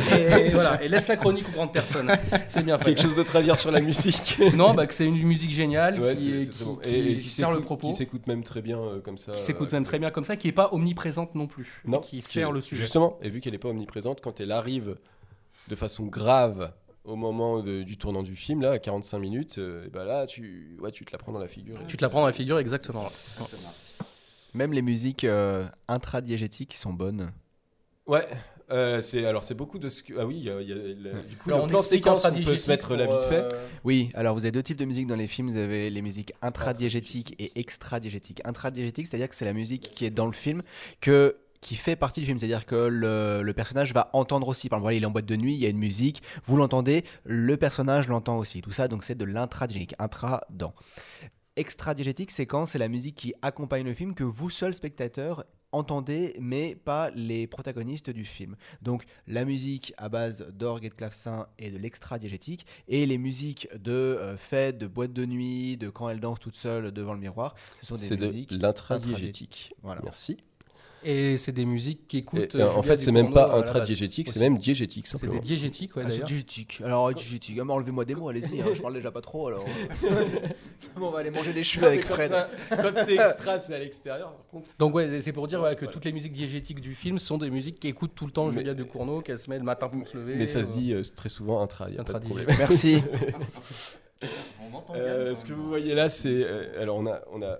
C: et voilà, et laisse la chronique au grand personne. C'est bien fait.
A: Quelque chose d'autre à dire sur la musique
C: Non, bah que c'est une musique géniale
A: Ouais,
C: qui,
A: c'est-
C: est-
A: c'est
C: qui-
A: très bon.
C: qui-
A: Et- et
C: qui
A: qui
C: sert le
A: s'écoute-
C: propos,
A: Qui s'écoute même très bien euh, comme ça.
C: qui s'écoute
A: euh,
C: même très bien comme ça, qui est pas omniprésente non plus,
A: Non,
C: qui sert le sujet.
A: Justement, et vu qu'elle n'est pas omniprésente, quand elle arrive de façon grave au moment de- du tournant du film, là, à 45 minutes, euh, et ben là, tu, ouais, tu te la prends dans la figure.
C: Tu te la prends dans la figure, exactement.
B: Même les musiques euh, intradiégétiques sont bonnes.
A: Ouais. euh, c'est alors c'est beaucoup de ce que ah oui il y a- il y a le- du coup
C: Alors,
A: le
C: on
A: plan
C: explique
A: séquence on peut
C: intradigétique
A: se mettre là
C: pour,
A: vite fait
C: euh,
B: Oui, alors vous avez deux types de musique dans les films. Vous avez les musiques intradiégétiques et extradiégétiques. Intradiégétique, c'est-à-dire que c'est la musique qui est dans le film, que, qui fait partie du film. C'est-à-dire que le, le personnage va entendre aussi. Par exemple, voilà, il est en boîte de nuit, il y a une musique, vous l'entendez, le personnage l'entend aussi. Tout ça, donc c'est de l'intradiégétique, intra-dans. Extradiégétique, c'est quand c'est la musique qui accompagne le film, que vous seul, spectateur, entendez, mais pas les protagonistes du film. Donc la musique à base d'orgue et de clavecin et de l'extra-diégétique, et les musiques de euh, fêtes, de boîtes de nuit, de quand elle danse toute seule devant le miroir, ce sont des
A: c'est de
B: musiques.
A: l'intradiégétique
B: Voilà.
A: merci
C: Et c'est des musiques qui
A: Et,
C: écoutent.
A: euh, en fait c'est même pas intradiégétique c'est même diégétique
C: C'est
A: simplement
C: des diégétiques, ouais,
B: Ah, c'est
C: d'ailleurs.
B: diégétique. Alors, diégétique, ah, mais enlevez-moi des mots, allez-y, hein, je parle déjà pas trop, alors. on va aller manger des cheveux avec Fred.
A: quand c'est extra c'est à l'extérieur
C: Donc, ouais, c'est- c'est pour dire voilà, que toutes les musiques diégétiques du film sont des musiques qui écoutent tout le temps
A: Mais-
C: Julia Ducournau, qu'elle se met le matin pour se lever.
A: mais ça
C: euh,
A: se dit euh, très souvent intra il y a pas de
C: Intradigé.
A: problème
B: Merci.
A: Euh, ce que vous voyez là, c'est euh, alors on a, on a,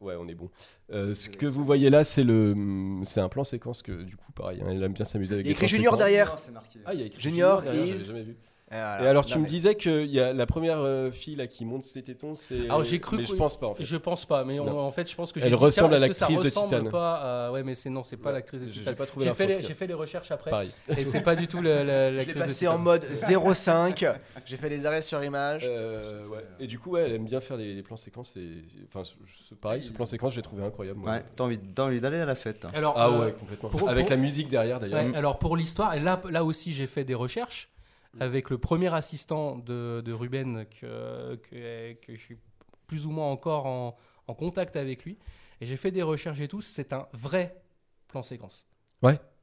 A: ouais, on est bon. Euh, ce que vous voyez là, c'est le, hum, c'est un plan séquence que du coup, pareil, hein, elle aime bien s'amuser avec.
B: Il y a
A: les
B: écrit
A: plans
B: Junior
A: séquences.
B: derrière.
D: c'est marqué.
A: Ah, il y a écrit
B: Junior
A: derrière, j'avais
B: is-
A: jamais vu.
B: Et,
A: Et alors, tu me disais que il y a la première euh, fille là qui monte ses tétons, c'est.
C: Alors, j'ai cru
A: Mais
C: que-
A: je pense pas en fait.
C: Je pense pas, mais on-
A: Non.
C: en fait, je pense que
A: Elle
C: j'ai dit,
A: ressemble
C: tiens,
A: à
C: est-ce que ça
A: l'actrice de
C: ressemble
A: Titane.
C: Pas à- euh, Ouais, mais c'est non, c'est pas
A: Ouais.
C: l'actrice de
A: J'ai- j'ai
C: Titane.
A: pas trouvé
C: fait,
A: l'info, en
C: les,
A: tout cas.
C: j'ai fait les recherches après,
A: Pareil.
C: et c'est pas du tout la- la-
B: Je l'ai
C: l'actrice de
B: passé
C: Titane.
B: en mode 05, j'ai fait des arrêts sur image.
A: Euh, ouais. Et du coup, ouais, elle aime bien faire des, des plans séquences. Et enfin, ce- ce- pareil, ce plan séquence, j'ai trouvé incroyable. moi.
D: Ouais, t'as envie, t'as envie d'aller à la fête. hein.
C: Alors,
A: Ah
C: euh,
A: ouais, complètement.
C: pour-
A: Avec
C: pour-
A: la musique derrière d'ailleurs.
C: Ouais, alors pour l'histoire, et là, là aussi j'ai fait des recherches avec le premier assistant de, de Ruben que, que, que je suis plus ou moins encore en, en contact avec lui. Et j'ai fait des recherches et tout, c'est un vrai plan séquence.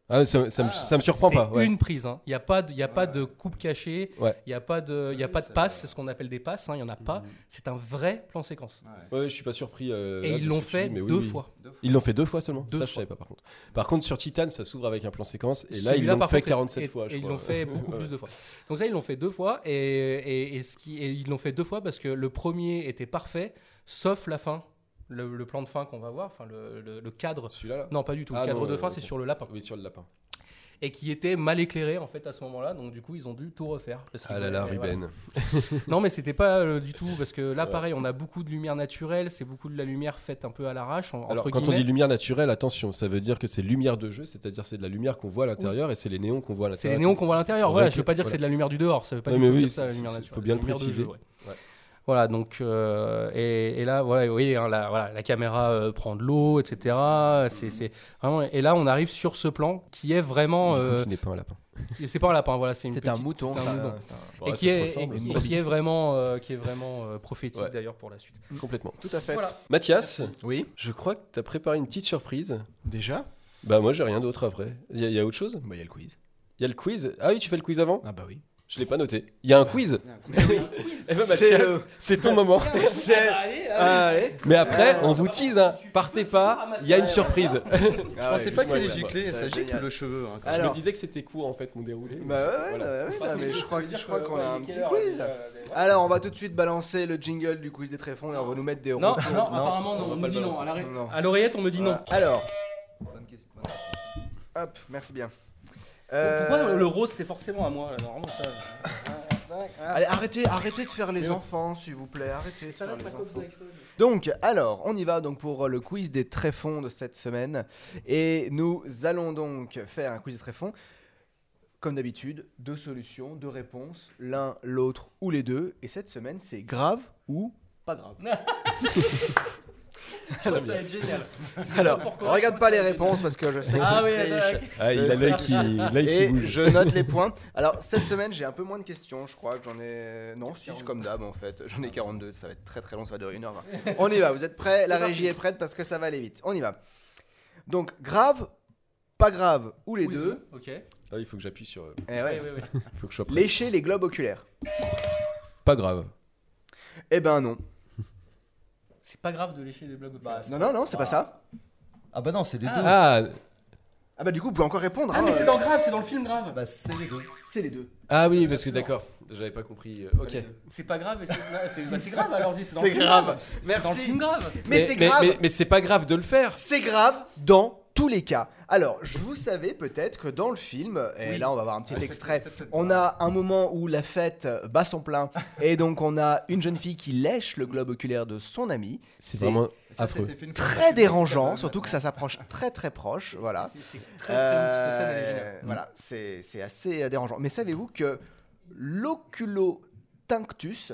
A: Ah, ça, ça me, ça me surprend
C: C'est
A: pas. Ah, ouais.
C: une prise, hein. il n'y a pas de, y a pas de coupe cachée, il
A: Ouais. Mmh.
C: n'y a pas de,
A: Ah,
C: y a pas de passe, c'est ce qu'on appelle des passes, hein. il n'y en a pas. C'est un vrai plan séquence.
A: Ouais, je suis pas surpris. euh,
C: et
A: là, de
C: ils
A: ce
C: l'ont
A: que tu
C: fait
A: dis, mais oui,
C: deux
A: oui.
C: fois.
A: Ils l'ont fait deux fois seulement.
C: Deux
A: ça, je
C: fois.
A: savais pas par contre. Par contre, sur Titan, ça s'ouvre avec un plan séquence. Et là, ils
C: Celui-là,
A: l'ont
C: par
A: fait
C: contre,
A: 47
C: est-
A: fois. je
C: et ils
A: crois.
C: l'ont fait beaucoup
A: Ouais.
C: plus de fois. Donc ça, ils l'ont fait deux fois. Et, et- et ce qui, et ils l'ont fait deux fois parce que le premier était parfait, sauf la fin. Le, le plan de fin qu'on va voir, enfin le, le- le cadre.
A: Celui-là, là
C: Non, pas du tout.
A: Ah,
C: le cadre
A: non,
C: de
A: euh,
C: fin,
A: ok.
C: c'est sur le lapin.
A: Oui, sur le lapin.
C: Et qui était mal éclairé, en fait, à ce moment-là. Donc, du coup, ils ont dû tout refaire. parce qu'ils
A: Ah là
C: voulaient-
A: là,
C: et voilà.
A: Ruben.
C: Non, mais c'était pas euh, du tout. Parce que là,
A: Ouais.
C: pareil, on a beaucoup de lumière naturelle. C'est beaucoup de la lumière faite un peu à l'arrache. en- Entre
A: Alors, quand on
C: guillemets.
A: dit lumière naturelle, attention, ça veut dire que c'est lumière de jeu, c'est-à-dire c'est de la lumière qu'on voit à l'intérieur et c'est les néons qu'on voit à l'intérieur.
C: C'est les néons qu'on voit à l'intérieur.
A: On
C: Voilà,
A: voit
C: je veux pas dire que c'est de la lumière du dehors. Ça veut pas
A: Ouais,
C: du
A: mais
C: tout
A: oui,
C: dire ça, la
A: c'est-
C: lumière
A: c'est-
C: naturelle.
A: faut bien le
C: Lumière de
A: préciser.
C: jeu, ouais.
A: Ouais.
C: Voilà, donc, euh, et, et là, voilà, vous voyez, hein, la, voilà, la caméra euh, prend de l'eau, etc. C'est, c'est vraiment, et là, on arrive sur ce plan qui est vraiment.
A: Du coup,
C: euh,
A: qui n'est pas un lapin.
C: c'est pas un lapin, voilà, c'est une
B: C'est un
C: petite-
B: mouton.
C: c'est un
B: enfin,
C: mouton.
B: c'est un-
A: Ouais,
C: et qui
A: ça se
C: est,
A: ressemble,
C: et qui,
A: mais-
C: et qui est vraiment, euh, qui est vraiment euh, prophétique
A: Ouais.
C: d'ailleurs pour la suite.
A: Complètement.
B: Tout à fait.
C: Voilà.
A: Mathias,
B: Oui.
A: je crois que tu as préparé une petite surprise.
B: Déjà
A: Bah moi j'ai rien d'autre après. Il y, a- il y a autre chose
B: Bah il y a le quiz.
A: Il y a le quiz Ah oui, tu fais le quiz avant
B: Ah bah oui.
A: Je l'ai pas noté. Il y a un quiz Eh ben, Mathias,
B: euh,
A: c'est ton moment.
C: Ah,
B: C'est- Ah,
D: Ah,
B: Allez.
A: Mais après, on vous tease, hein. partez pas, il y a une surprise.
D: Je
B: Ah,
A: Ah,
D: pensais pas que c'était les giclés, ça gicle le cheveu. hein, quand
A: Je me
B: Alors.
A: disais que c'était court en fait mon déroulé.
B: Bah ouais, ouais,
A: Voilà.
B: bah ouais,
C: Enfin,
B: non,
C: c'est
B: mais je
C: juste,
B: crois,
C: ça veut
B: je
C: dire
B: crois
C: que,
B: qu'on
C: euh,
B: a un
C: quelle
B: petit
C: heure,
B: quiz.
C: déjà, euh, des-
B: Alors, on va tout de suite balancer le jingle du quiz des tréfonds et on va nous mettre des
C: Non, non,
B: retours.
C: apparemment, non,
A: on va
C: on,
A: pas
C: me
A: le
C: dit non.
A: balancer.
C: À la-
B: Non.
C: À l'oreillette, on me dit non.
B: Voilà. Euh, Alors. Hop, merci bien. Euh,
C: Pourquoi le rose, c'est forcément à moi là, normalement, ça-
B: ah, Allez, arrêtez, arrêtez de faire les enfants, s'il vous plaît. Arrêtez de faire les enfants. Donc, alors, on y va donc pour le quiz des tréfonds de cette semaine. Et nous allons donc faire un quiz des tréfonds. Comme d'habitude, deux solutions, deux réponses, l'un, l'autre ou les deux. Et cette semaine, c'est grave ou pas grave.
C: Ça va être génial. C'est
B: Alors,
C: pas pourquoi.
B: regarde pas les réponses parce que je sais que
C: Ah
B: t'es
C: oui,
B: très
C: attaque.
B: riche.
A: Ah, il a l'œil qui, l'œil qui
B: Et
A: bouge.
B: je note les points. Alors, cette semaine, j'ai un peu moins de questions, je crois que j'en ai. euh, Non, 6 comme d'hab en fait. J'en ai 42, ça va être très très long, ça va durer 1h20. On y va, vous êtes prêts La régie est prête parce que ça va aller vite. On y va. Donc, grave, pas grave, ou les
C: Oui,
B: deux.
C: oui, Ok.
A: Ah, il faut que j'appuie sur. euh,
B: Eh ouais.
C: Oui, oui, oui.
A: Il faut que je sois prêt.
B: Lécher les globes oculaires.
A: Pas grave.
B: Eh ben non.
C: C'est pas grave de lécher des blogs.
B: Non, non, non, c'est pas ça.
D: même. Ah bah non, c'est les deux.
A: Ah,
B: Ah bah, du coup, vous pouvez encore répondre.
C: Ah,
B: hein,
C: mais c'est
B: euh,
C: dans grave, c'est dans le film grave.
D: Bah c'est les deux.
B: c'est les deux.
A: ah oui, parce que d'accord, j'avais pas compris. euh, Ok.
C: C'est pas grave, et c'est c'est- bah, c'est grave alors dis, c'est dans
B: C'est
C: le film
B: grave.
C: C'est dans le
B: Merci.
C: film grave. Ah,
B: Mais, c'est grave.
A: Mais, mais c'est pas grave de le faire.
B: C'est grave dans tous les cas. Alors, je vous savais peut-être que dans le film, et là on va voir un petit
D: Ah,
B: extrait, on a un moment où la fête euh, bat son plein, et donc on a une jeune fille qui lèche le globe oculaire de son ami.
A: C'est vraiment
D: Ça,
A: affreux.
D: c'était fait une fois.
B: très dérangeant, surtout que ça s'approche très très proche, voilà.
C: C'est c'est très très ouf, cette scène elle est
B: Euh,
C: géniale.
B: Voilà, c'est c'est assez euh, dérangeant. Mais savez-vous que l'oculotinctus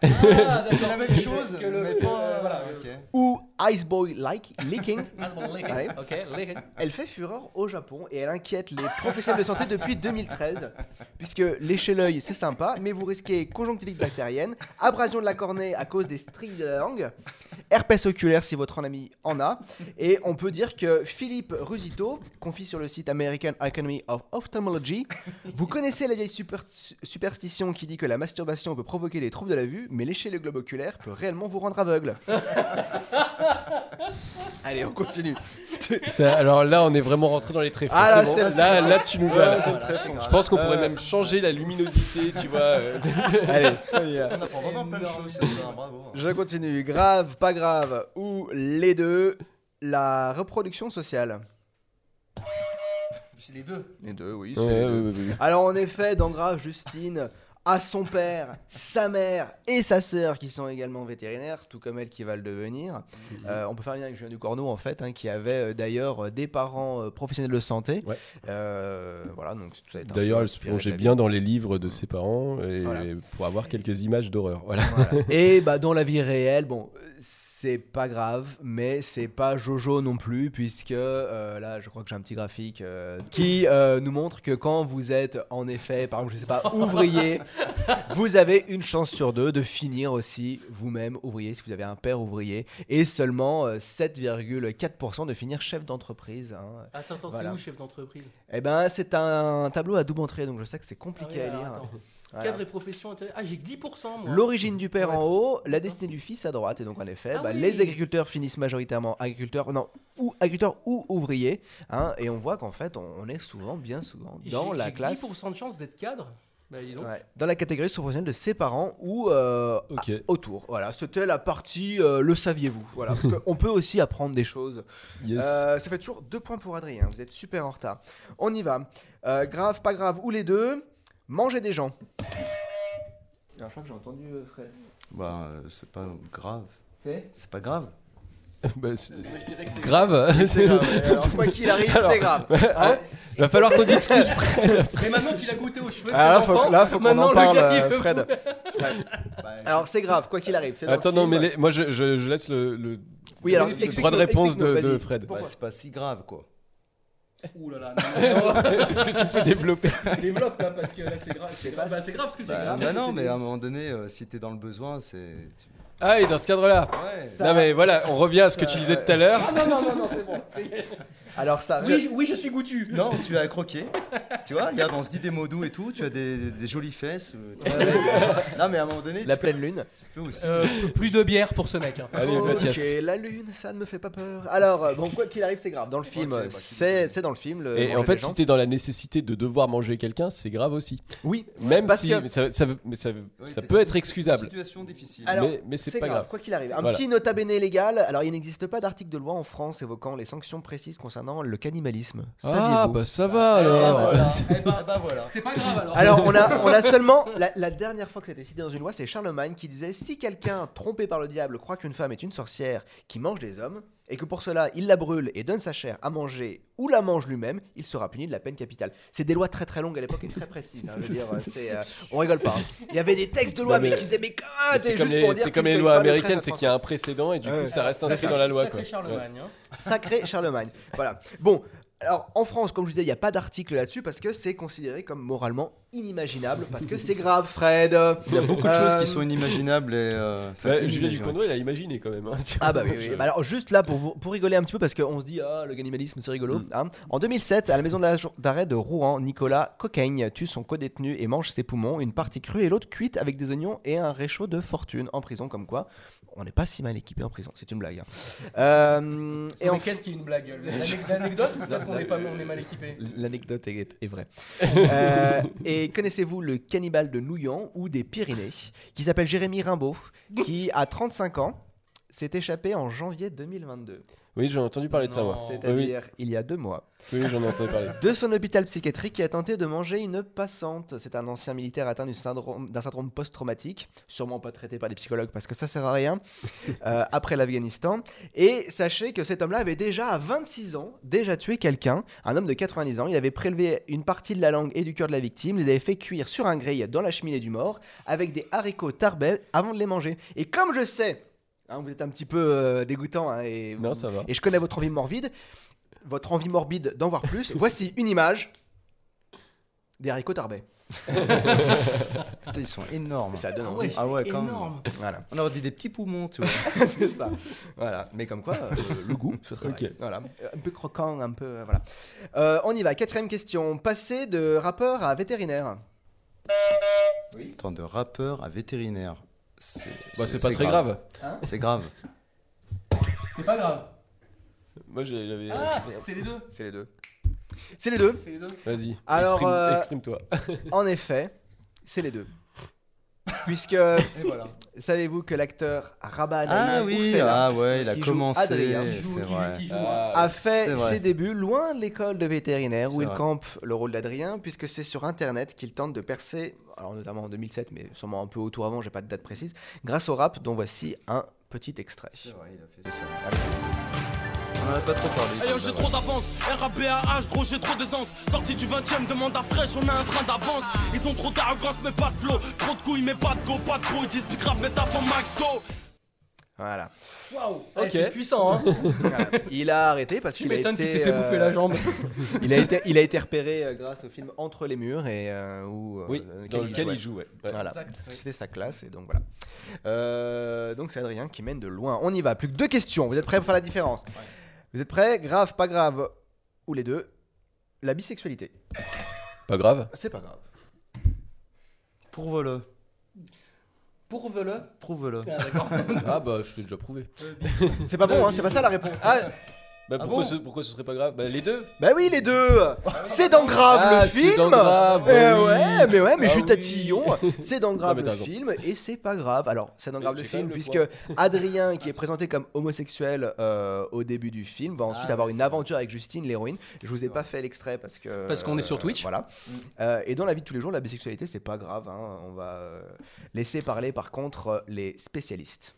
C: Ah,
D: C'est la même chose,
C: que le euh,
D: mais
C: point,
D: pas-
C: voilà.
D: ok.
B: ou Iceboy Like Leaking
C: Ah, bon, les-
B: Ouais.
C: Ok, les-
B: Elle fait fureur au Japon et elle inquiète les professionnels de santé depuis 2013, puisque lécher l'œil c'est sympa, mais vous risquez conjonctivite bactérienne, abrasion de la cornée à cause des stries de la langue, herpès oculaire si votre ami en a, et on peut dire que Philippe Rusito confie sur le site American Academy of Ophthalmology, vous connaissez la vieille super- superstition qui dit que la masturbation peut provoquer des troubles de la vue, mais lécher le globe oculaire peut réellement vous rendre aveugle. Allez, on continue.
A: Ça- alors là, on est vraiment rentré dans les tréfonds.
B: Ah, là,
A: C'est bon.
B: c'est-
A: là, là, tu nous as.
C: c'est le tréfonds.
A: Je pense qu'on pourrait
B: Euh,
A: même changer la luminosité, tu vois. euh,
B: Allez.
D: On apprend vraiment plein de
C: Énorme.
D: choses, ce soir, bravo.
B: Je continue. Grave, pas grave, ou les deux. La reproduction sociale.
C: C'est les deux.
B: Les deux, oui.
A: Ouais, ouais, ouais, ouais.
B: Alors en effet, dans Grave, Justine a son père, sa mère et sa sœur qui sont également vétérinaires, tout comme elle qui va le devenir.
A: Mhm.
B: Euh, on peut faire un lien avec Julien Ducorneau en fait, hein, qui avait euh, d'ailleurs euh, des parents euh, professionnels de santé.
A: Ouais.
B: Euh, voilà, donc tout ça est un
A: D'ailleurs,
B: peu
A: elle se
B: inspiré de
A: plongeait
B: la
A: bien dans les livres de ses parents et
B: Voilà.
A: pour avoir quelques images d'horreur. Voilà.
B: Voilà. Et bah dans la vie réelle, bon, euh, c'est pas grave, mais c'est pas Jojo non plus, puisque euh, là, je crois que j'ai un petit graphique euh, qui euh, nous montre que quand vous êtes en effet, par exemple, je sais pas, ouvrier, vous avez une chance sur deux de finir aussi vous-même ouvrier si vous avez un père ouvrier, et seulement euh, 7,4% de finir chef d'entreprise. hein.
C: Attends, attends,
B: Voilà.
C: c'est où chef d'entreprise
B: Eh ben, c'est un tableau à double entrée, donc je sais que c'est compliqué
C: Ah oui,
B: à
C: alors,
B: lire.
C: attends.
B: Voilà.
C: Cadre et profession. intérieure. Ah, j'ai que 10% moi.
B: L'origine du père
C: Ouais.
B: en haut, la destinée du fils à droite. Et donc, en effet,
C: Ah
B: bah,
C: oui.
B: les agriculteurs finissent majoritairement agriculteurs, non, ou agriculteurs ou ouvriers. hein, et on voit qu'en fait, on, on est souvent, bien souvent,
C: J'ai-
B: dans la
C: j'ai que
B: classe.
C: 10% de chance d'être cadre. Bah, dis donc.
B: Ouais, dans la catégorie professionnelle de ses parents ou euh,
A: Ok.
B: à- autour. Voilà, c'était la partie euh, le saviez-vous. Voilà, parce qu'on peut aussi apprendre des choses.
A: Yes.
B: Euh, ça fait toujours deux points pour Adrien. Vous êtes super en retard. On y va. Euh, grave, pas grave, ou les deux. Manger des gens. Ah, je crois que j'ai entendu euh, Fred.
D: Bah euh, c'est pas grave.
B: C'est
D: C'est pas grave.
A: Bah, c'est-
C: Moi, je dirais que c'est
A: grave.
B: C'est grave. Et alors, quoi qu'il arrive, c'est grave. Hein
A: Il va falloir qu'on discute.
C: Mais maintenant qu'il a goûté aux cheveux de
B: Ah, là,
C: ses
B: faut-
C: enfants,
B: là, faut qu'on
C: maintenant,
B: en
C: le
B: parle,
C: gars, il
B: euh,
C: veut-
B: Fred. Bah, Alors, c'est grave, quoi qu'il arrive. c'est dans le
A: Attends, non,
B: film.
A: mais les- moi, je, je- je laisse le, le-
B: Oui, alors,
A: le
B: explique-nous,
A: droit de réponse de,
B: explique-nous,
A: de
B: vas-y.
A: Fred.
D: Bah, c'est pas si grave quoi.
C: Ouh là là, non, non, non,
A: Est-ce que tu peux développer
C: développe là parce que là c'est grave, c'est grave,
B: pas
C: bah, c'est grave ce que c'est
D: Bah,
C: grave.
D: bah non mais à un moment donné euh, si t'es dans le besoin c'est tu-
A: Ah, et dans ce cadre-là.
B: Ça-
A: non, mais voilà, on revient à ce que
B: ça-
A: tu disais tout à l'heure.
B: Ah,
C: non, non, non, non, c'est bon.
B: Alors ça.
C: Oui, je- oui, je suis goûtu.
D: Non, tu as croqué. Tu vois, regarde, on se dit des mots doux et tout. Tu as des, des- des jolies fesses. euh, tu vois, non, mais à un moment donné.
B: La pleine lune.
C: Euh, plus de bière pour ce mec. hein.
B: Ok, la lune, ça ne me fait pas peur. Alors, euh, bon, quoi qu'il arrive, c'est grave. Dans le film,
C: bah, qui-
B: c'est c'est dans le film. le
A: Et en
B: euh, manger
A: fait,
B: des gens.
A: si t'es dans la nécessité de devoir manger quelqu'un, c'est grave aussi.
B: Oui.
A: Même
B: parce
A: si,
B: que-
A: mais ça, ça veut- mais ça, veut-
D: Oui,
A: ça
D: t'es
A: peut
D: dans
A: être
D: une
A: excusable.
D: Situation difficile.
B: Alors,
A: mais mais c'est pas grave.
B: Quoi qu'il arrive, un
A: Voilà.
B: petit nota bene légal. Alors, il n'existe pas d'article de loi en France évoquant les sanctions précises concernant le cannibalisme.
A: Ah
B: Saviez-vous Ah,
A: bah ça va
C: Ah,
A: alors.
C: Eh ben, bah, C'est pas grave alors.
B: Alors, on a, on a seulement. La, la dernière fois que c'était cité dans une loi, c'est Charlemagne qui disait si quelqu'un trompé par le diable croit qu'une femme est une sorcière qui mange des hommes, et que pour cela il la brûle et donne sa chair à manger ou la mange lui-même, il sera puni de la peine capitale. C'est des lois très très longues à l'époque et très précises. hein, je veux dire, c'est, euh, on rigole pas. hein. Il y avait des textes de loi,
A: Non,
B: mais,
A: mais-
B: ah, qu'ils aimaient quand
A: C'est comme, les, c'est comme les lois américaines, c'est qu'il y a un précédent et du coup ça reste
B: Ça,
A: inscrit
B: c'est
A: dans la loi.
C: Sacré
A: quoi. Ouais.
C: Charlemagne. hein.
B: Sacré Charlemagne. Voilà. Bon. Alors en France, comme je vous disais, il n'y a pas d'article là-dessus parce que c'est considéré comme moralement inimaginable parce que c'est grave, Fred.
D: Il y a beaucoup de choses
B: Euh,
D: qui sont inimaginables et. euh, enfin,
A: Ouais, Julien
D: inimaginables.
A: Ducournau, il a imaginé quand même. hein, tu
B: Ah bah
A: vois.
B: oui, oui. Bah alors juste là pour, vous, pour rigoler un petit peu parce qu'on se dit ah le cannibalisme c'est
D: Mm.
B: rigolo. hein. En 2007, à la maison de la jour- d'arrêt de Rouen, Nicolas Coqueigne tue son codétenu et mange ses poumons, une partie crue et l'autre cuite avec des oignons et un réchaud de fortune en prison. Comme quoi, on n'est pas si mal équipé en prison. C'est une blague. hein. Euh,
C: Et en qu'est-ce qui est une blague L'ane- L'anecdote ou le fait qu'on est pas on est mal équipé
B: L'anecdote est, est vraie. Euh, et connaissez-vous le cannibale de Nouillan ou des Pyrénées, qui s'appelle Jérémy Rimbaud, qui à 35 ans s'est échappé en janvier 2022,
A: Oui, j'en ai entendu parler de ça moi.
C: Non.
A: Oui, Oh. oui,
B: c'est-à-dire il y a deux mois,
A: oui, oui, j'en ai entendu parler.
B: de son hôpital psychiatrique qui a tenté de manger une passante. C'est un ancien militaire atteint du syndrome- d'un syndrome post-traumatique, sûrement pas traité par les psychologues parce que ça sert à rien, euh, après l'Afghanistan. Et sachez que cet homme-là avait déjà, à 26 ans, déjà tué quelqu'un, un homme de 90 ans. Il avait prélevé une partie de la langue et du cœur de la victime, les avait fait cuire sur un grill dans la cheminée du mort, avec des haricots tarbets avant de les manger. Et comme je sais, hein, vous êtes un petit peu euh, dégoûtant, hein, et,
A: Non, ça va.
B: et je connais votre envie morbide, votre envie morbide d'en voir plus, voici une image des haricots tarbets.
D: Putain, Ils sont énormes.
B: Ça donne envie.
D: Ah ouais, quand même.
C: énorme.
B: Voilà,
D: On aurait dit des petits poumons, tu vois.
B: c'est ça. Voilà, mais comme quoi, euh, le goût, ce travail.
A: Ok.
B: Voilà, Euh, un peu croquant, un peu euh, voilà. Euh, on y va. Quatrième question. Passer de rappeur à vétérinaire.
D: Tant de rappeur à vétérinaire. C'est
A: Bah, c'est pas très grave.
D: C'est grave.
C: C'est pas grave.
A: Moi j'ai- j'avais.
C: Ah, c'est les deux.
B: C'est les deux. C'est les deux.
C: C'est les deux.
A: Vas-y.
B: Alors,
A: exprime-
B: euh,
A: exprime-toi.
B: En effet, c'est les deux. Puisque savez-vous que l'acteur Rabat
D: Ah
B: Naïm
D: oui,
B: Oufella
D: ah ouais, il a
B: qui joue
D: commencé.
B: Adrien, qui
C: Qui joue,
D: C'est
C: qui joue,
D: vrai.
C: qui joue hein.
A: Euh, Ah
B: a
D: C'est
B: fait
D: vrai.
B: ses débuts loin de l'école de vétérinaire où
D: C'est
B: il
D: vrai.
B: campe le rôle d'Adrien puisque c'est sur internet qu'il tente de percer, alors notamment en 2007 mais sûrement un peu autour avant, j'ai pas de date précise, grâce au rap dont voici un petit extrait.
D: C'est vrai, il a fait ça. On en a pas trop parlé.
K: Ayo j'ai trop d'avance, RAPAH, gros j'ai trop d'aisance Sorti du 20ème, demande à fraîche, on a un train d'avance Ils ont trop d'arrogance mais pas de flow Trop de couilles mais pas de go, pas de pro Ils disent plus grave mais t'as fait McDo
B: Voilà.
C: Waouh.
A: Ok.
C: Eh, C'est puissant. Hein.
B: Voilà. Il a arrêté parce
C: Tu
B: qu'il a été
C: m'étonnes qu'il s'est fait
B: euh,
C: bouffer la jambe.
B: il a été il a été repéré euh, grâce au film Entre les murs et euh, où euh,
A: Oui, dans lequel
B: jouait.
A: il joue, ouais. Ouais.
B: Voilà.
C: Exact,
B: Parce que
C: oui.
B: C'était sa classe et donc voilà. Euh, donc c'est Adrien qui mène de loin. On y va. Plus que deux questions. Vous êtes prêts pour faire la différence Vous êtes prêts Grave, pas grave ou les deux La bisexualité.
A: Pas grave.
B: C'est pas grave.
D: Prouve-le.
C: Prouve-le.
D: Prouve-le.
C: Ah, d'accord.
A: Ah bah je t'ai déjà prouvé.
B: C'est pas bon, hein, c'est pas ça la réponse.
A: Ah bah pourquoi,
D: bon
A: ce, pourquoi ce serait pas grave Bah les deux
B: Bah oui, les deux C'est dans Grave
A: Ah,
B: le
A: c'est dans
B: film
A: Grave,
B: Eh
A: bah oui.
B: ouais, mais ouais, mais
A: Ah
B: je suis
A: oui.
B: tatillon C'est dans Grave
A: mais t'as
B: le
A: raison.
B: film et c'est pas grave. Alors, c'est dans
A: Mais
B: Grave le
A: j'ai quand même
B: film
A: le
B: puisque Adrien, qui est présenté comme homosexuel euh, au début du film, va ensuite
D: Ah,
B: avoir
D: ouais,
B: une
D: c'est
B: aventure avec Justine, l'héroïne. Je vous ai pas fait l'extrait parce que.
C: Parce qu'on est sur
B: euh,
C: Twitch.
B: Voilà. Euh, et dans la vie de tous les jours, la bisexualité, c'est pas grave. hein. On va euh, laisser parler par contre euh, les spécialistes.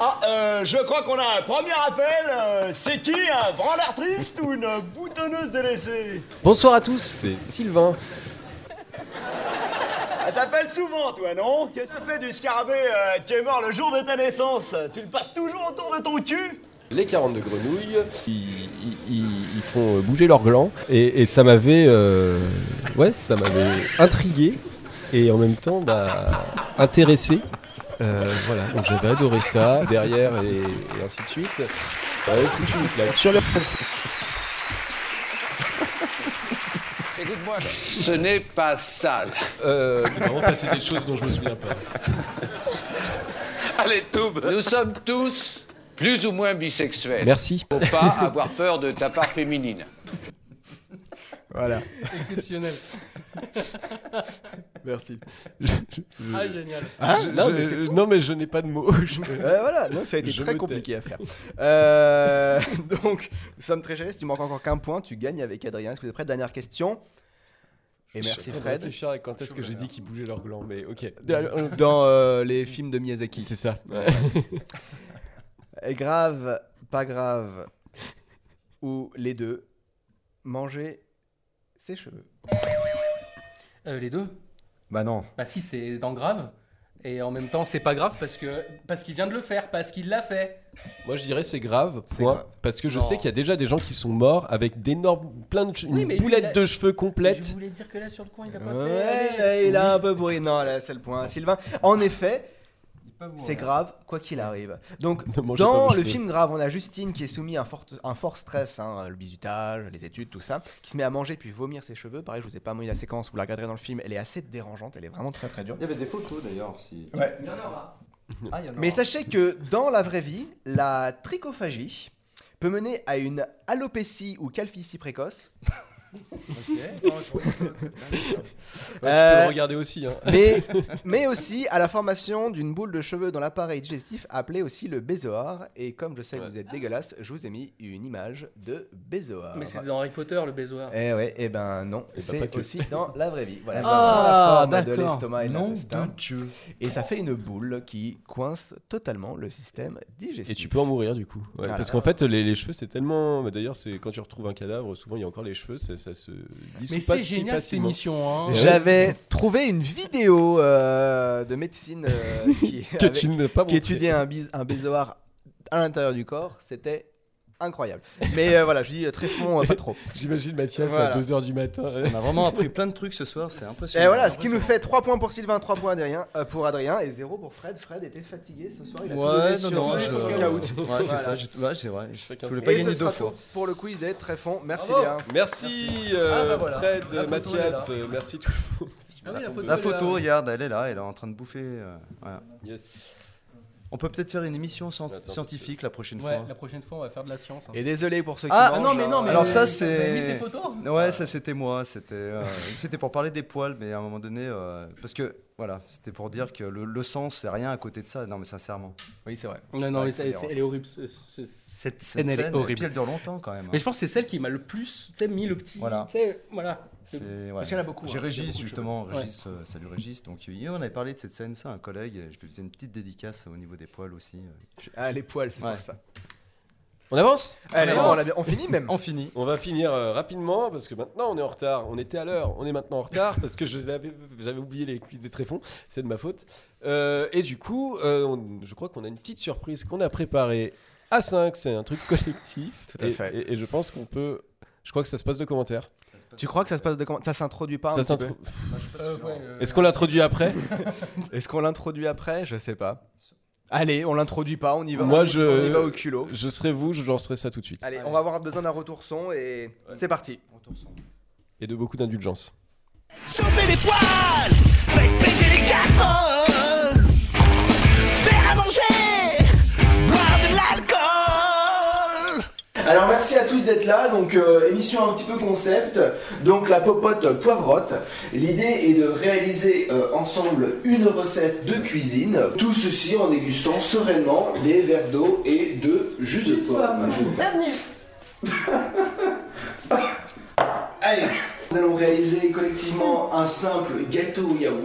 K: Ah euh, je crois qu'on a un premier appel Euh, C'est qui un branlard triste ou une boutonneuse délaissée
A: Bonsoir à tous, c'est Sylvain.
K: Ah, T'appelles souvent toi non Qu'est-ce que fait du scarabée euh, qui est mort le jour de ta naissance Tu le passes toujours autour de ton cul
A: Les 42 grenouilles, ils, ils- ils- ils font bouger leurs glands. Et, et ça m'avait. euh, ouais, ça m'avait intrigué. Et en même temps, bah, intéressé. Euh, voilà, donc j'avais adoré ça, derrière et, et ainsi de suite. Euh, écoute, une claque sur le...
L: Écoute-moi, ce n'est pas sale.
A: Euh, C'est vraiment passé des choses dont je me souviens pas.
L: Allez, Toub Nous sommes tous plus ou moins bisexuels.
A: Merci.
L: Faut pas avoir peur de ta part féminine.
B: Voilà.
C: Exceptionnel.
B: Merci.
C: Ah, génial.
B: Ah,
A: Je-
B: non,
A: je-
B: mais c'est fou.
A: non, mais je n'ai pas de mots. Je-
B: Euh, voilà, donc ça a été
A: Je
B: très
A: me
B: compliqué
A: tais.
B: à faire. Euh, donc, nous sommes très gérés. Si tu manques encore qu'un point, tu gagnes avec Adrien. Est-ce que vous êtes prêts Dernière question. Et
A: Je
B: merci
A: suis en train de
B: Fred.
A: réfléchir à quand est-ce que j'ai dit qu'ils bougeaient leurs glands, mais ok.
B: Dans euh, les films de Miyazaki.
A: C'est ça.
B: Et grave, pas grave, ou les deux, manger ses cheveux.
C: Euh, les deux
D: Bah non.
C: Bah si, c'est dans grave. Et en même temps, c'est pas grave parce que parce qu'il vient de le faire, parce qu'il l'a fait.
A: Moi, je dirais c'est grave, point. Parce que je
C: Non.
A: sais qu'il y a déjà des gens qui sont morts avec d'énormes, plein de, che-
C: Oui,
A: une
C: mais lui,
A: boulette
C: il a-
A: de cheveux
C: Je
A: complète.
C: voulais dire que là, sur le coin, il a pas fait.
B: Ouais,
C: allez.
B: là, il a un peu bourré. Non, là, c'est le point. Sylvain, en effet, c'est grave, quoi qu'il arrive. Donc,
A: Ne mangez pas
B: dans
A: vos
B: le
A: cheveux.
B: film Grave, on a Justine qui est soumise à un fort, un fort stress, hein, le bizutage, les études, tout ça, qui se met à manger puis vomir ses cheveux. Pareil, je vous ai pas mis la séquence, vous la regarderez dans le film, elle est assez dérangeante, elle est vraiment très très dure.
D: Il y avait des photos d'ailleurs. Si...
B: Ouais.
D: Il y en aura.
B: Mais sachez que dans la vraie vie, la trichophagie peut mener à une alopécie ou calvitie précoce.
K: Ah,
A: peux le regarder aussi, hein.
B: Mais, mais aussi à la formation d'une boule de cheveux dans l'appareil digestif appelée aussi le bézoar. Et comme je sais que vous êtes dégueulasse, je vous ai mis une image de bézoar.
C: Mais c'est dans Harry Potter le baisoir.
B: Eh ouais, eh ben non,
C: pas
B: c'est
C: que.
B: aussi dans la vraie vie. Voilà,
C: Ah,
B: dans la forme de
C: d'accord.
B: l'estomac et de
C: Nom
B: l'intestin.
C: de Dieu.
B: Et ça fait une boule qui coince totalement le système digestif.
A: Et Ah, tu peux en mourir du coup. Ouais,
B: Voilà.
A: Parce qu'en fait, les, les cheveux, c'est tellement. bah, D'ailleurs, c'est quand tu retrouves un cadavre, souvent il y a encore les cheveux, ça, ça se dissout
C: Mais
A: pas
C: c'est
A: si
C: génial, cette
A: facilement.
C: émission, hein.
A: Ouais.
B: J'avais trouvé une vidéo euh, de médecine euh, qui,
A: Que tu n'as pas
B: qui
A: montré.
B: étudiait un, bis- un bézoar à l'intérieur du corps. C'était incroyable. Mais euh, voilà, je dis euh, très fond, euh, pas trop.
A: J'imagine Mathias
B: Voilà.
A: à 2h du matin.
D: On a vraiment appris plein de trucs ce soir, c'est impressionnant.
B: Et voilà, ce qui nous fait 3 points pour Sylvain, 3 points Adrien, euh, pour Adrien et 0 pour Fred. Fred était fatigué ce soir, il a tout donné
D: Ouais, non,
B: sur
D: non,
B: euh,
D: je...
B: sur
D: Ouais,
B: Kahoot.
D: c'est
B: Voilà.
D: ça, j'ai- ouais, c'est vrai. Je voulais pas
B: Et ce
D: gagner deux
B: sera
D: fois.
B: tout pour le quiz d'être très fond. Merci
A: Bravo.
B: Léa.
A: Merci, euh,
B: Ah, bah voilà.
A: Fred,
B: La photo,
A: Mathias,
B: elle est là.
A: euh, merci tout le monde.
C: Ah
D: La photo, regarde, elle est là, elle est en train de bouffer. euh, voilà. On peut peut-être faire une émission scien- scientifique la prochaine
C: Ouais,
D: fois.
C: la prochaine fois, on va faire de la science. hein.
B: Et désolé pour ceux qui
D: Ah,
B: mangent,
C: non, mais non,
B: hein.
C: mais-
D: Alors ça
C: t'as
D: c'est.
C: vu ces photos Euh,
B: Euh.
D: Ouais, ça c'était moi. C'était euh, c'était pour parler des poils, mais à un moment donné, euh, parce que voilà, c'était pour dire que le, le sang c'est rien à côté de ça. Non mais sincèrement.
B: Oui c'est vrai.
C: Non, non,
D: Ouais,
C: mais
D: ça
C: c'est-
D: dérange.
C: c'est- elle est horrible. ce- ce- cette
D: Cette
C: scène, elle
D: scène,
C: est
D: et
C: horrible.
D: puis elle dure longtemps, quand même, hein.
C: Mais je pense que c'est celle qui m'a le plus tu sais, mis le petit.
D: Voilà.
C: tu sais, voilà.
D: C'est- ouais.
B: Parce qu'il y en a beaucoup, hein,
D: J'ai
B: il y a
D: Régis,
B: beaucoup de
D: justement.
B: cheveux.
D: Régis, euh, salut Régis. Donc, hier, on avait parlé de cette scène, ça, un collègue. et Je lui faisais une petite dédicace au niveau des poils aussi. euh.
B: Ah, les poils, c'est
D: Ouais.
B: pour ça.
A: On avance
B: Allez,
A: on,
B: bon,
A: avance
B: Ah, on a bien- on finit même.
D: On finit.
A: On va finir euh, rapidement parce que maintenant on est en retard. On était à l'heure, on est maintenant en retard parce que je l'avais- j'avais oublié les cuisses des tréfonds. C'est de ma faute. Euh, et du coup, euh, on- je crois qu'on a une petite surprise qu'on a préparée à 5. C'est un truc collectif.
B: Tout à
A: Et-
B: fait.
A: Et, et je pense qu'on peut. Je crois que ça se passe de commentaires.
B: Tu crois que ça se passe de comment Ça s'introduit pas Ah, un
A: Ça
B: petit peu
A: s'intro-
C: Euh,
A: Est-ce qu'on l'introduit après
B: Est-ce qu'on l'introduit après Je sais pas. Allez, on l'introduit pas, on y va.
A: Moi,
B: On-
A: je.
B: On y va au culot.
A: Je serai vous, je lancerai ça tout de suite.
B: Allez, on va avoir besoin d'un retour son et c'est parti.
A: Et de beaucoup d'indulgence.
K: Chauffer les poils, faites péter les casseroles, faire à manger, boire de l'alcool.
B: Alors merci à tous d'être là, donc euh, émission un petit peu concept, donc la popote poivrotte. L'idée est de réaliser euh, ensemble une recette de cuisine, tout ceci en dégustant sereinement des verres d'eau et de jus de pomme.
I: Bienvenue
B: Allez, nous allons réaliser collectivement un simple gâteau au yaourt.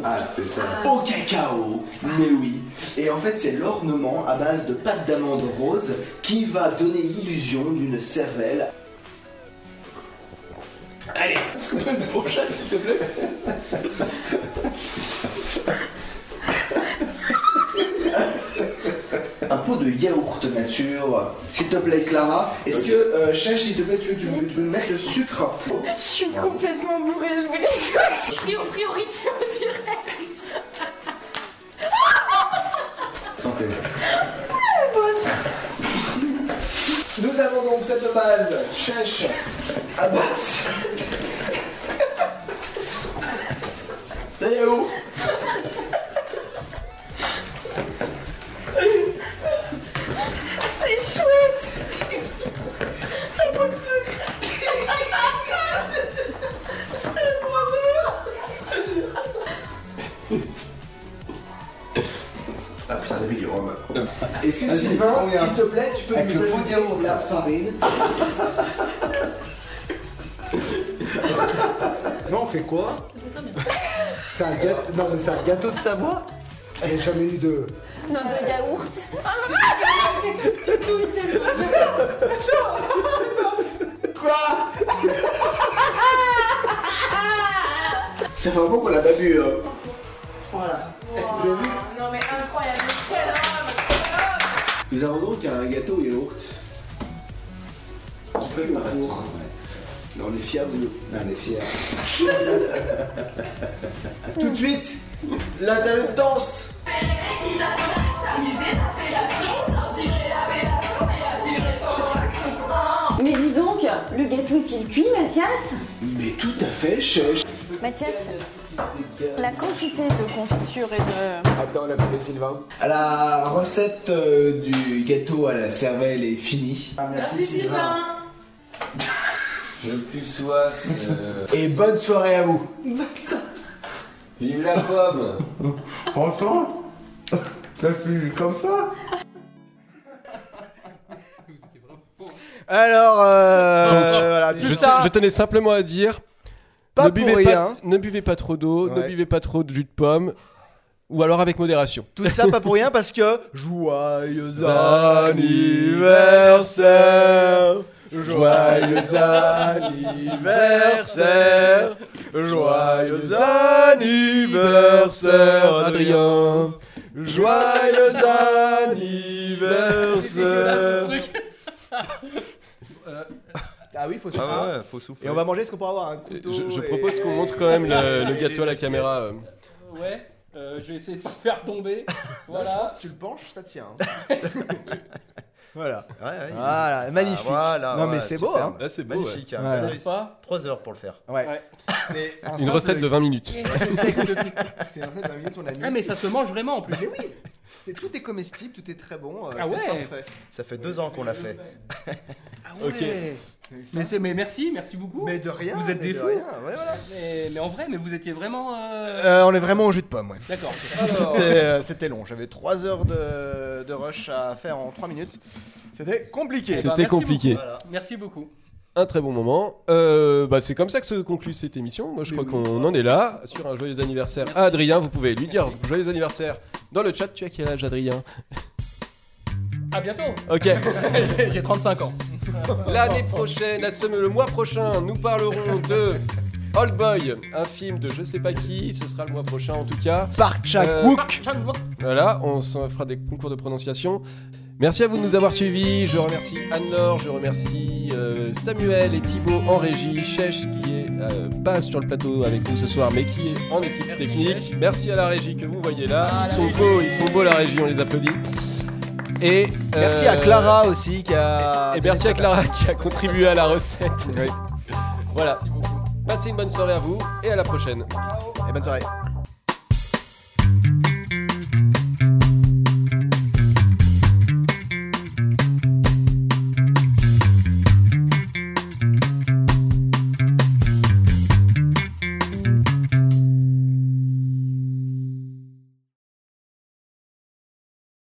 B: Au cacao, mais oui. Et en fait, c'est l'ornement à base de pâte d'amande rose qui va donner l'illusion d'une cervelle. Allez, est-ce qu'on peut une fourchette, s'il te plaît Un pot de yaourt nature, s'il te plaît Clara. Est-ce que, euh, Chèche, s'il te plaît, tu veux, tu veux- tu veux me mettre le sucre
I: Je suis complètement bourrée, je vous dis tout. Je prie aux priorités au direct.
B: Allons donc, cette base. Chèche. Abbas. Dayaou.
M: C'est chouette Un coup de feu
B: Ah putain, t'as mis du rhum. Est-ce que
M: Vas-y,
B: Sylvain,
M: combien
B: s'il te plaît, tu peux
M: Avec
B: nous
M: le bout de
B: ajouter
M: yaourt,
B: de la farine
N: Non, on fait quoi C'est un gâteau. Non, mais c'est un gâteau de Savoie Il n'y a jamais eu de.
M: Non, de yaourt Ah, Tu touilles tellement Quoi ah,
B: C'est vraiment qu'on l'a pas bu. hein.
M: Non mais incroyable, quel homme
B: Nous avons donc un gâteau au yaourt. Qui peut au four. Non, on est fiers de nous. on est fiers. Tout de suite, l'interruptance.
I: Mais dis donc, le gâteau est-il cuit, Mathias
B: Mais tout à fait, chèche.
I: Mathias, la quantité de confiture et de...
B: Attends, on a appelé Sylvain. La recette euh, du gâteau à la cervelle est finie. Je plus sois. Et bonne soirée à vous. Vive la pomme.
N: Franchement La fille comme ça
B: Alors, euh,
A: Donc,
B: voilà, tout
A: je,
B: ça.
A: te- je tenais simplement à dire
B: Pas
A: ne, buvez
B: pour
A: pas,
B: rien.
A: ne buvez pas trop d'eau, ne
B: Ouais.
A: buvez pas trop de jus de pomme, ou alors avec modération.
B: Tout ça pas pour rien parce que joyeux
A: anniversaire,
B: joyeux anniversaire, joyeux anniversaire Adrien, joyeux
C: euh,
B: anniversaire. Ah oui, faut souffler.
A: Ah ouais, faut souffler.
B: Et on va manger ce qu'on pourra avoir un couteau.
A: Euh, Je, je
B: et-
A: propose qu'on montre quand même le, le gâteau à la caméra. euh.
C: Ouais, euh, je vais essayer de pas le faire tomber. voilà.
B: tu le penches, ça tient. hein.
D: Voilà.
B: il est- Voilà, Ah, magnifique.
A: Ah,
D: Ah,
B: Non, mais c'est beau, hein.
D: Là, c'est beau. Magnifique.
B: ouais.
D: hein.
B: Ouais.
D: Magnifique.
B: N'est-ce
C: pas
D: 3 heures pour le faire.
B: Ouais.
D: un
A: Une
D: simple-
A: recette de 20 minutes.
B: C'est un recette de 20 minutes, on a mis.
C: Ah, mais ça se mange vraiment en plus.
B: Mais oui C'est- Tout est comestible, tout est très bon. euh,
C: Ah
B: c'est
C: ouais
B: parfait.
D: Ça fait deux ans qu'on l'a fait.
C: Ah ouais. Mais, c'est- mais merci, merci beaucoup.
B: Mais de rien,
C: Vous êtes
B: mais
C: des
B: de
C: fous.
B: rien, ouais, voilà.
C: mais, mais en vrai, mais vous étiez vraiment. euh,
B: Euh, on est vraiment au jus de pomme, ouais.
C: D'accord. Eh
B: C'était, euh, C'était long, j'avais 3 heures de, de rush à faire en 3 minutes. C'était compliqué.
A: Eh ben, C'était merci compliqué. beaucoup. Voilà.
C: Merci beaucoup.
A: Un très bon moment. Euh, bah, c'est comme ça que se conclut cette émission. Moi, je crois qu'on en est là. Sur un joyeux anniversaire à Adrien, vous pouvez lui dire joyeux anniversaire dans le chat. Tu as quel âge, Adrien
C: À bientôt.
A: Ok.
C: J'ai- J'ai 35 ans.
A: L'année prochaine, la semaine, le mois prochain, nous parlerons de Old Boy, un film de je sais pas qui. Ce sera le mois prochain en tout cas.
B: Park Chan-wook.
A: Voilà, on s'en fera des concours de prononciation. Merci à vous de nous avoir suivis. Je remercie Anne-Laure, je remercie euh, Samuel et Thibaut en régie, Chèche qui est euh, pas sur le plateau avec nous ce soir, mais qui est en équipe technique. Merci à la régie que vous voyez là.
B: Ah,
A: ils
B: la
A: sont
B: régie.
A: beaux, ils sont beaux la régie, on les applaudit. Et
B: Merci
A: euh,
B: à Clara aussi qui a.
A: Et, et merci à Clara qui a contribué à la recette. Voilà. Passez une bonne soirée à vous et à la prochaine.
B: Et bonne soirée.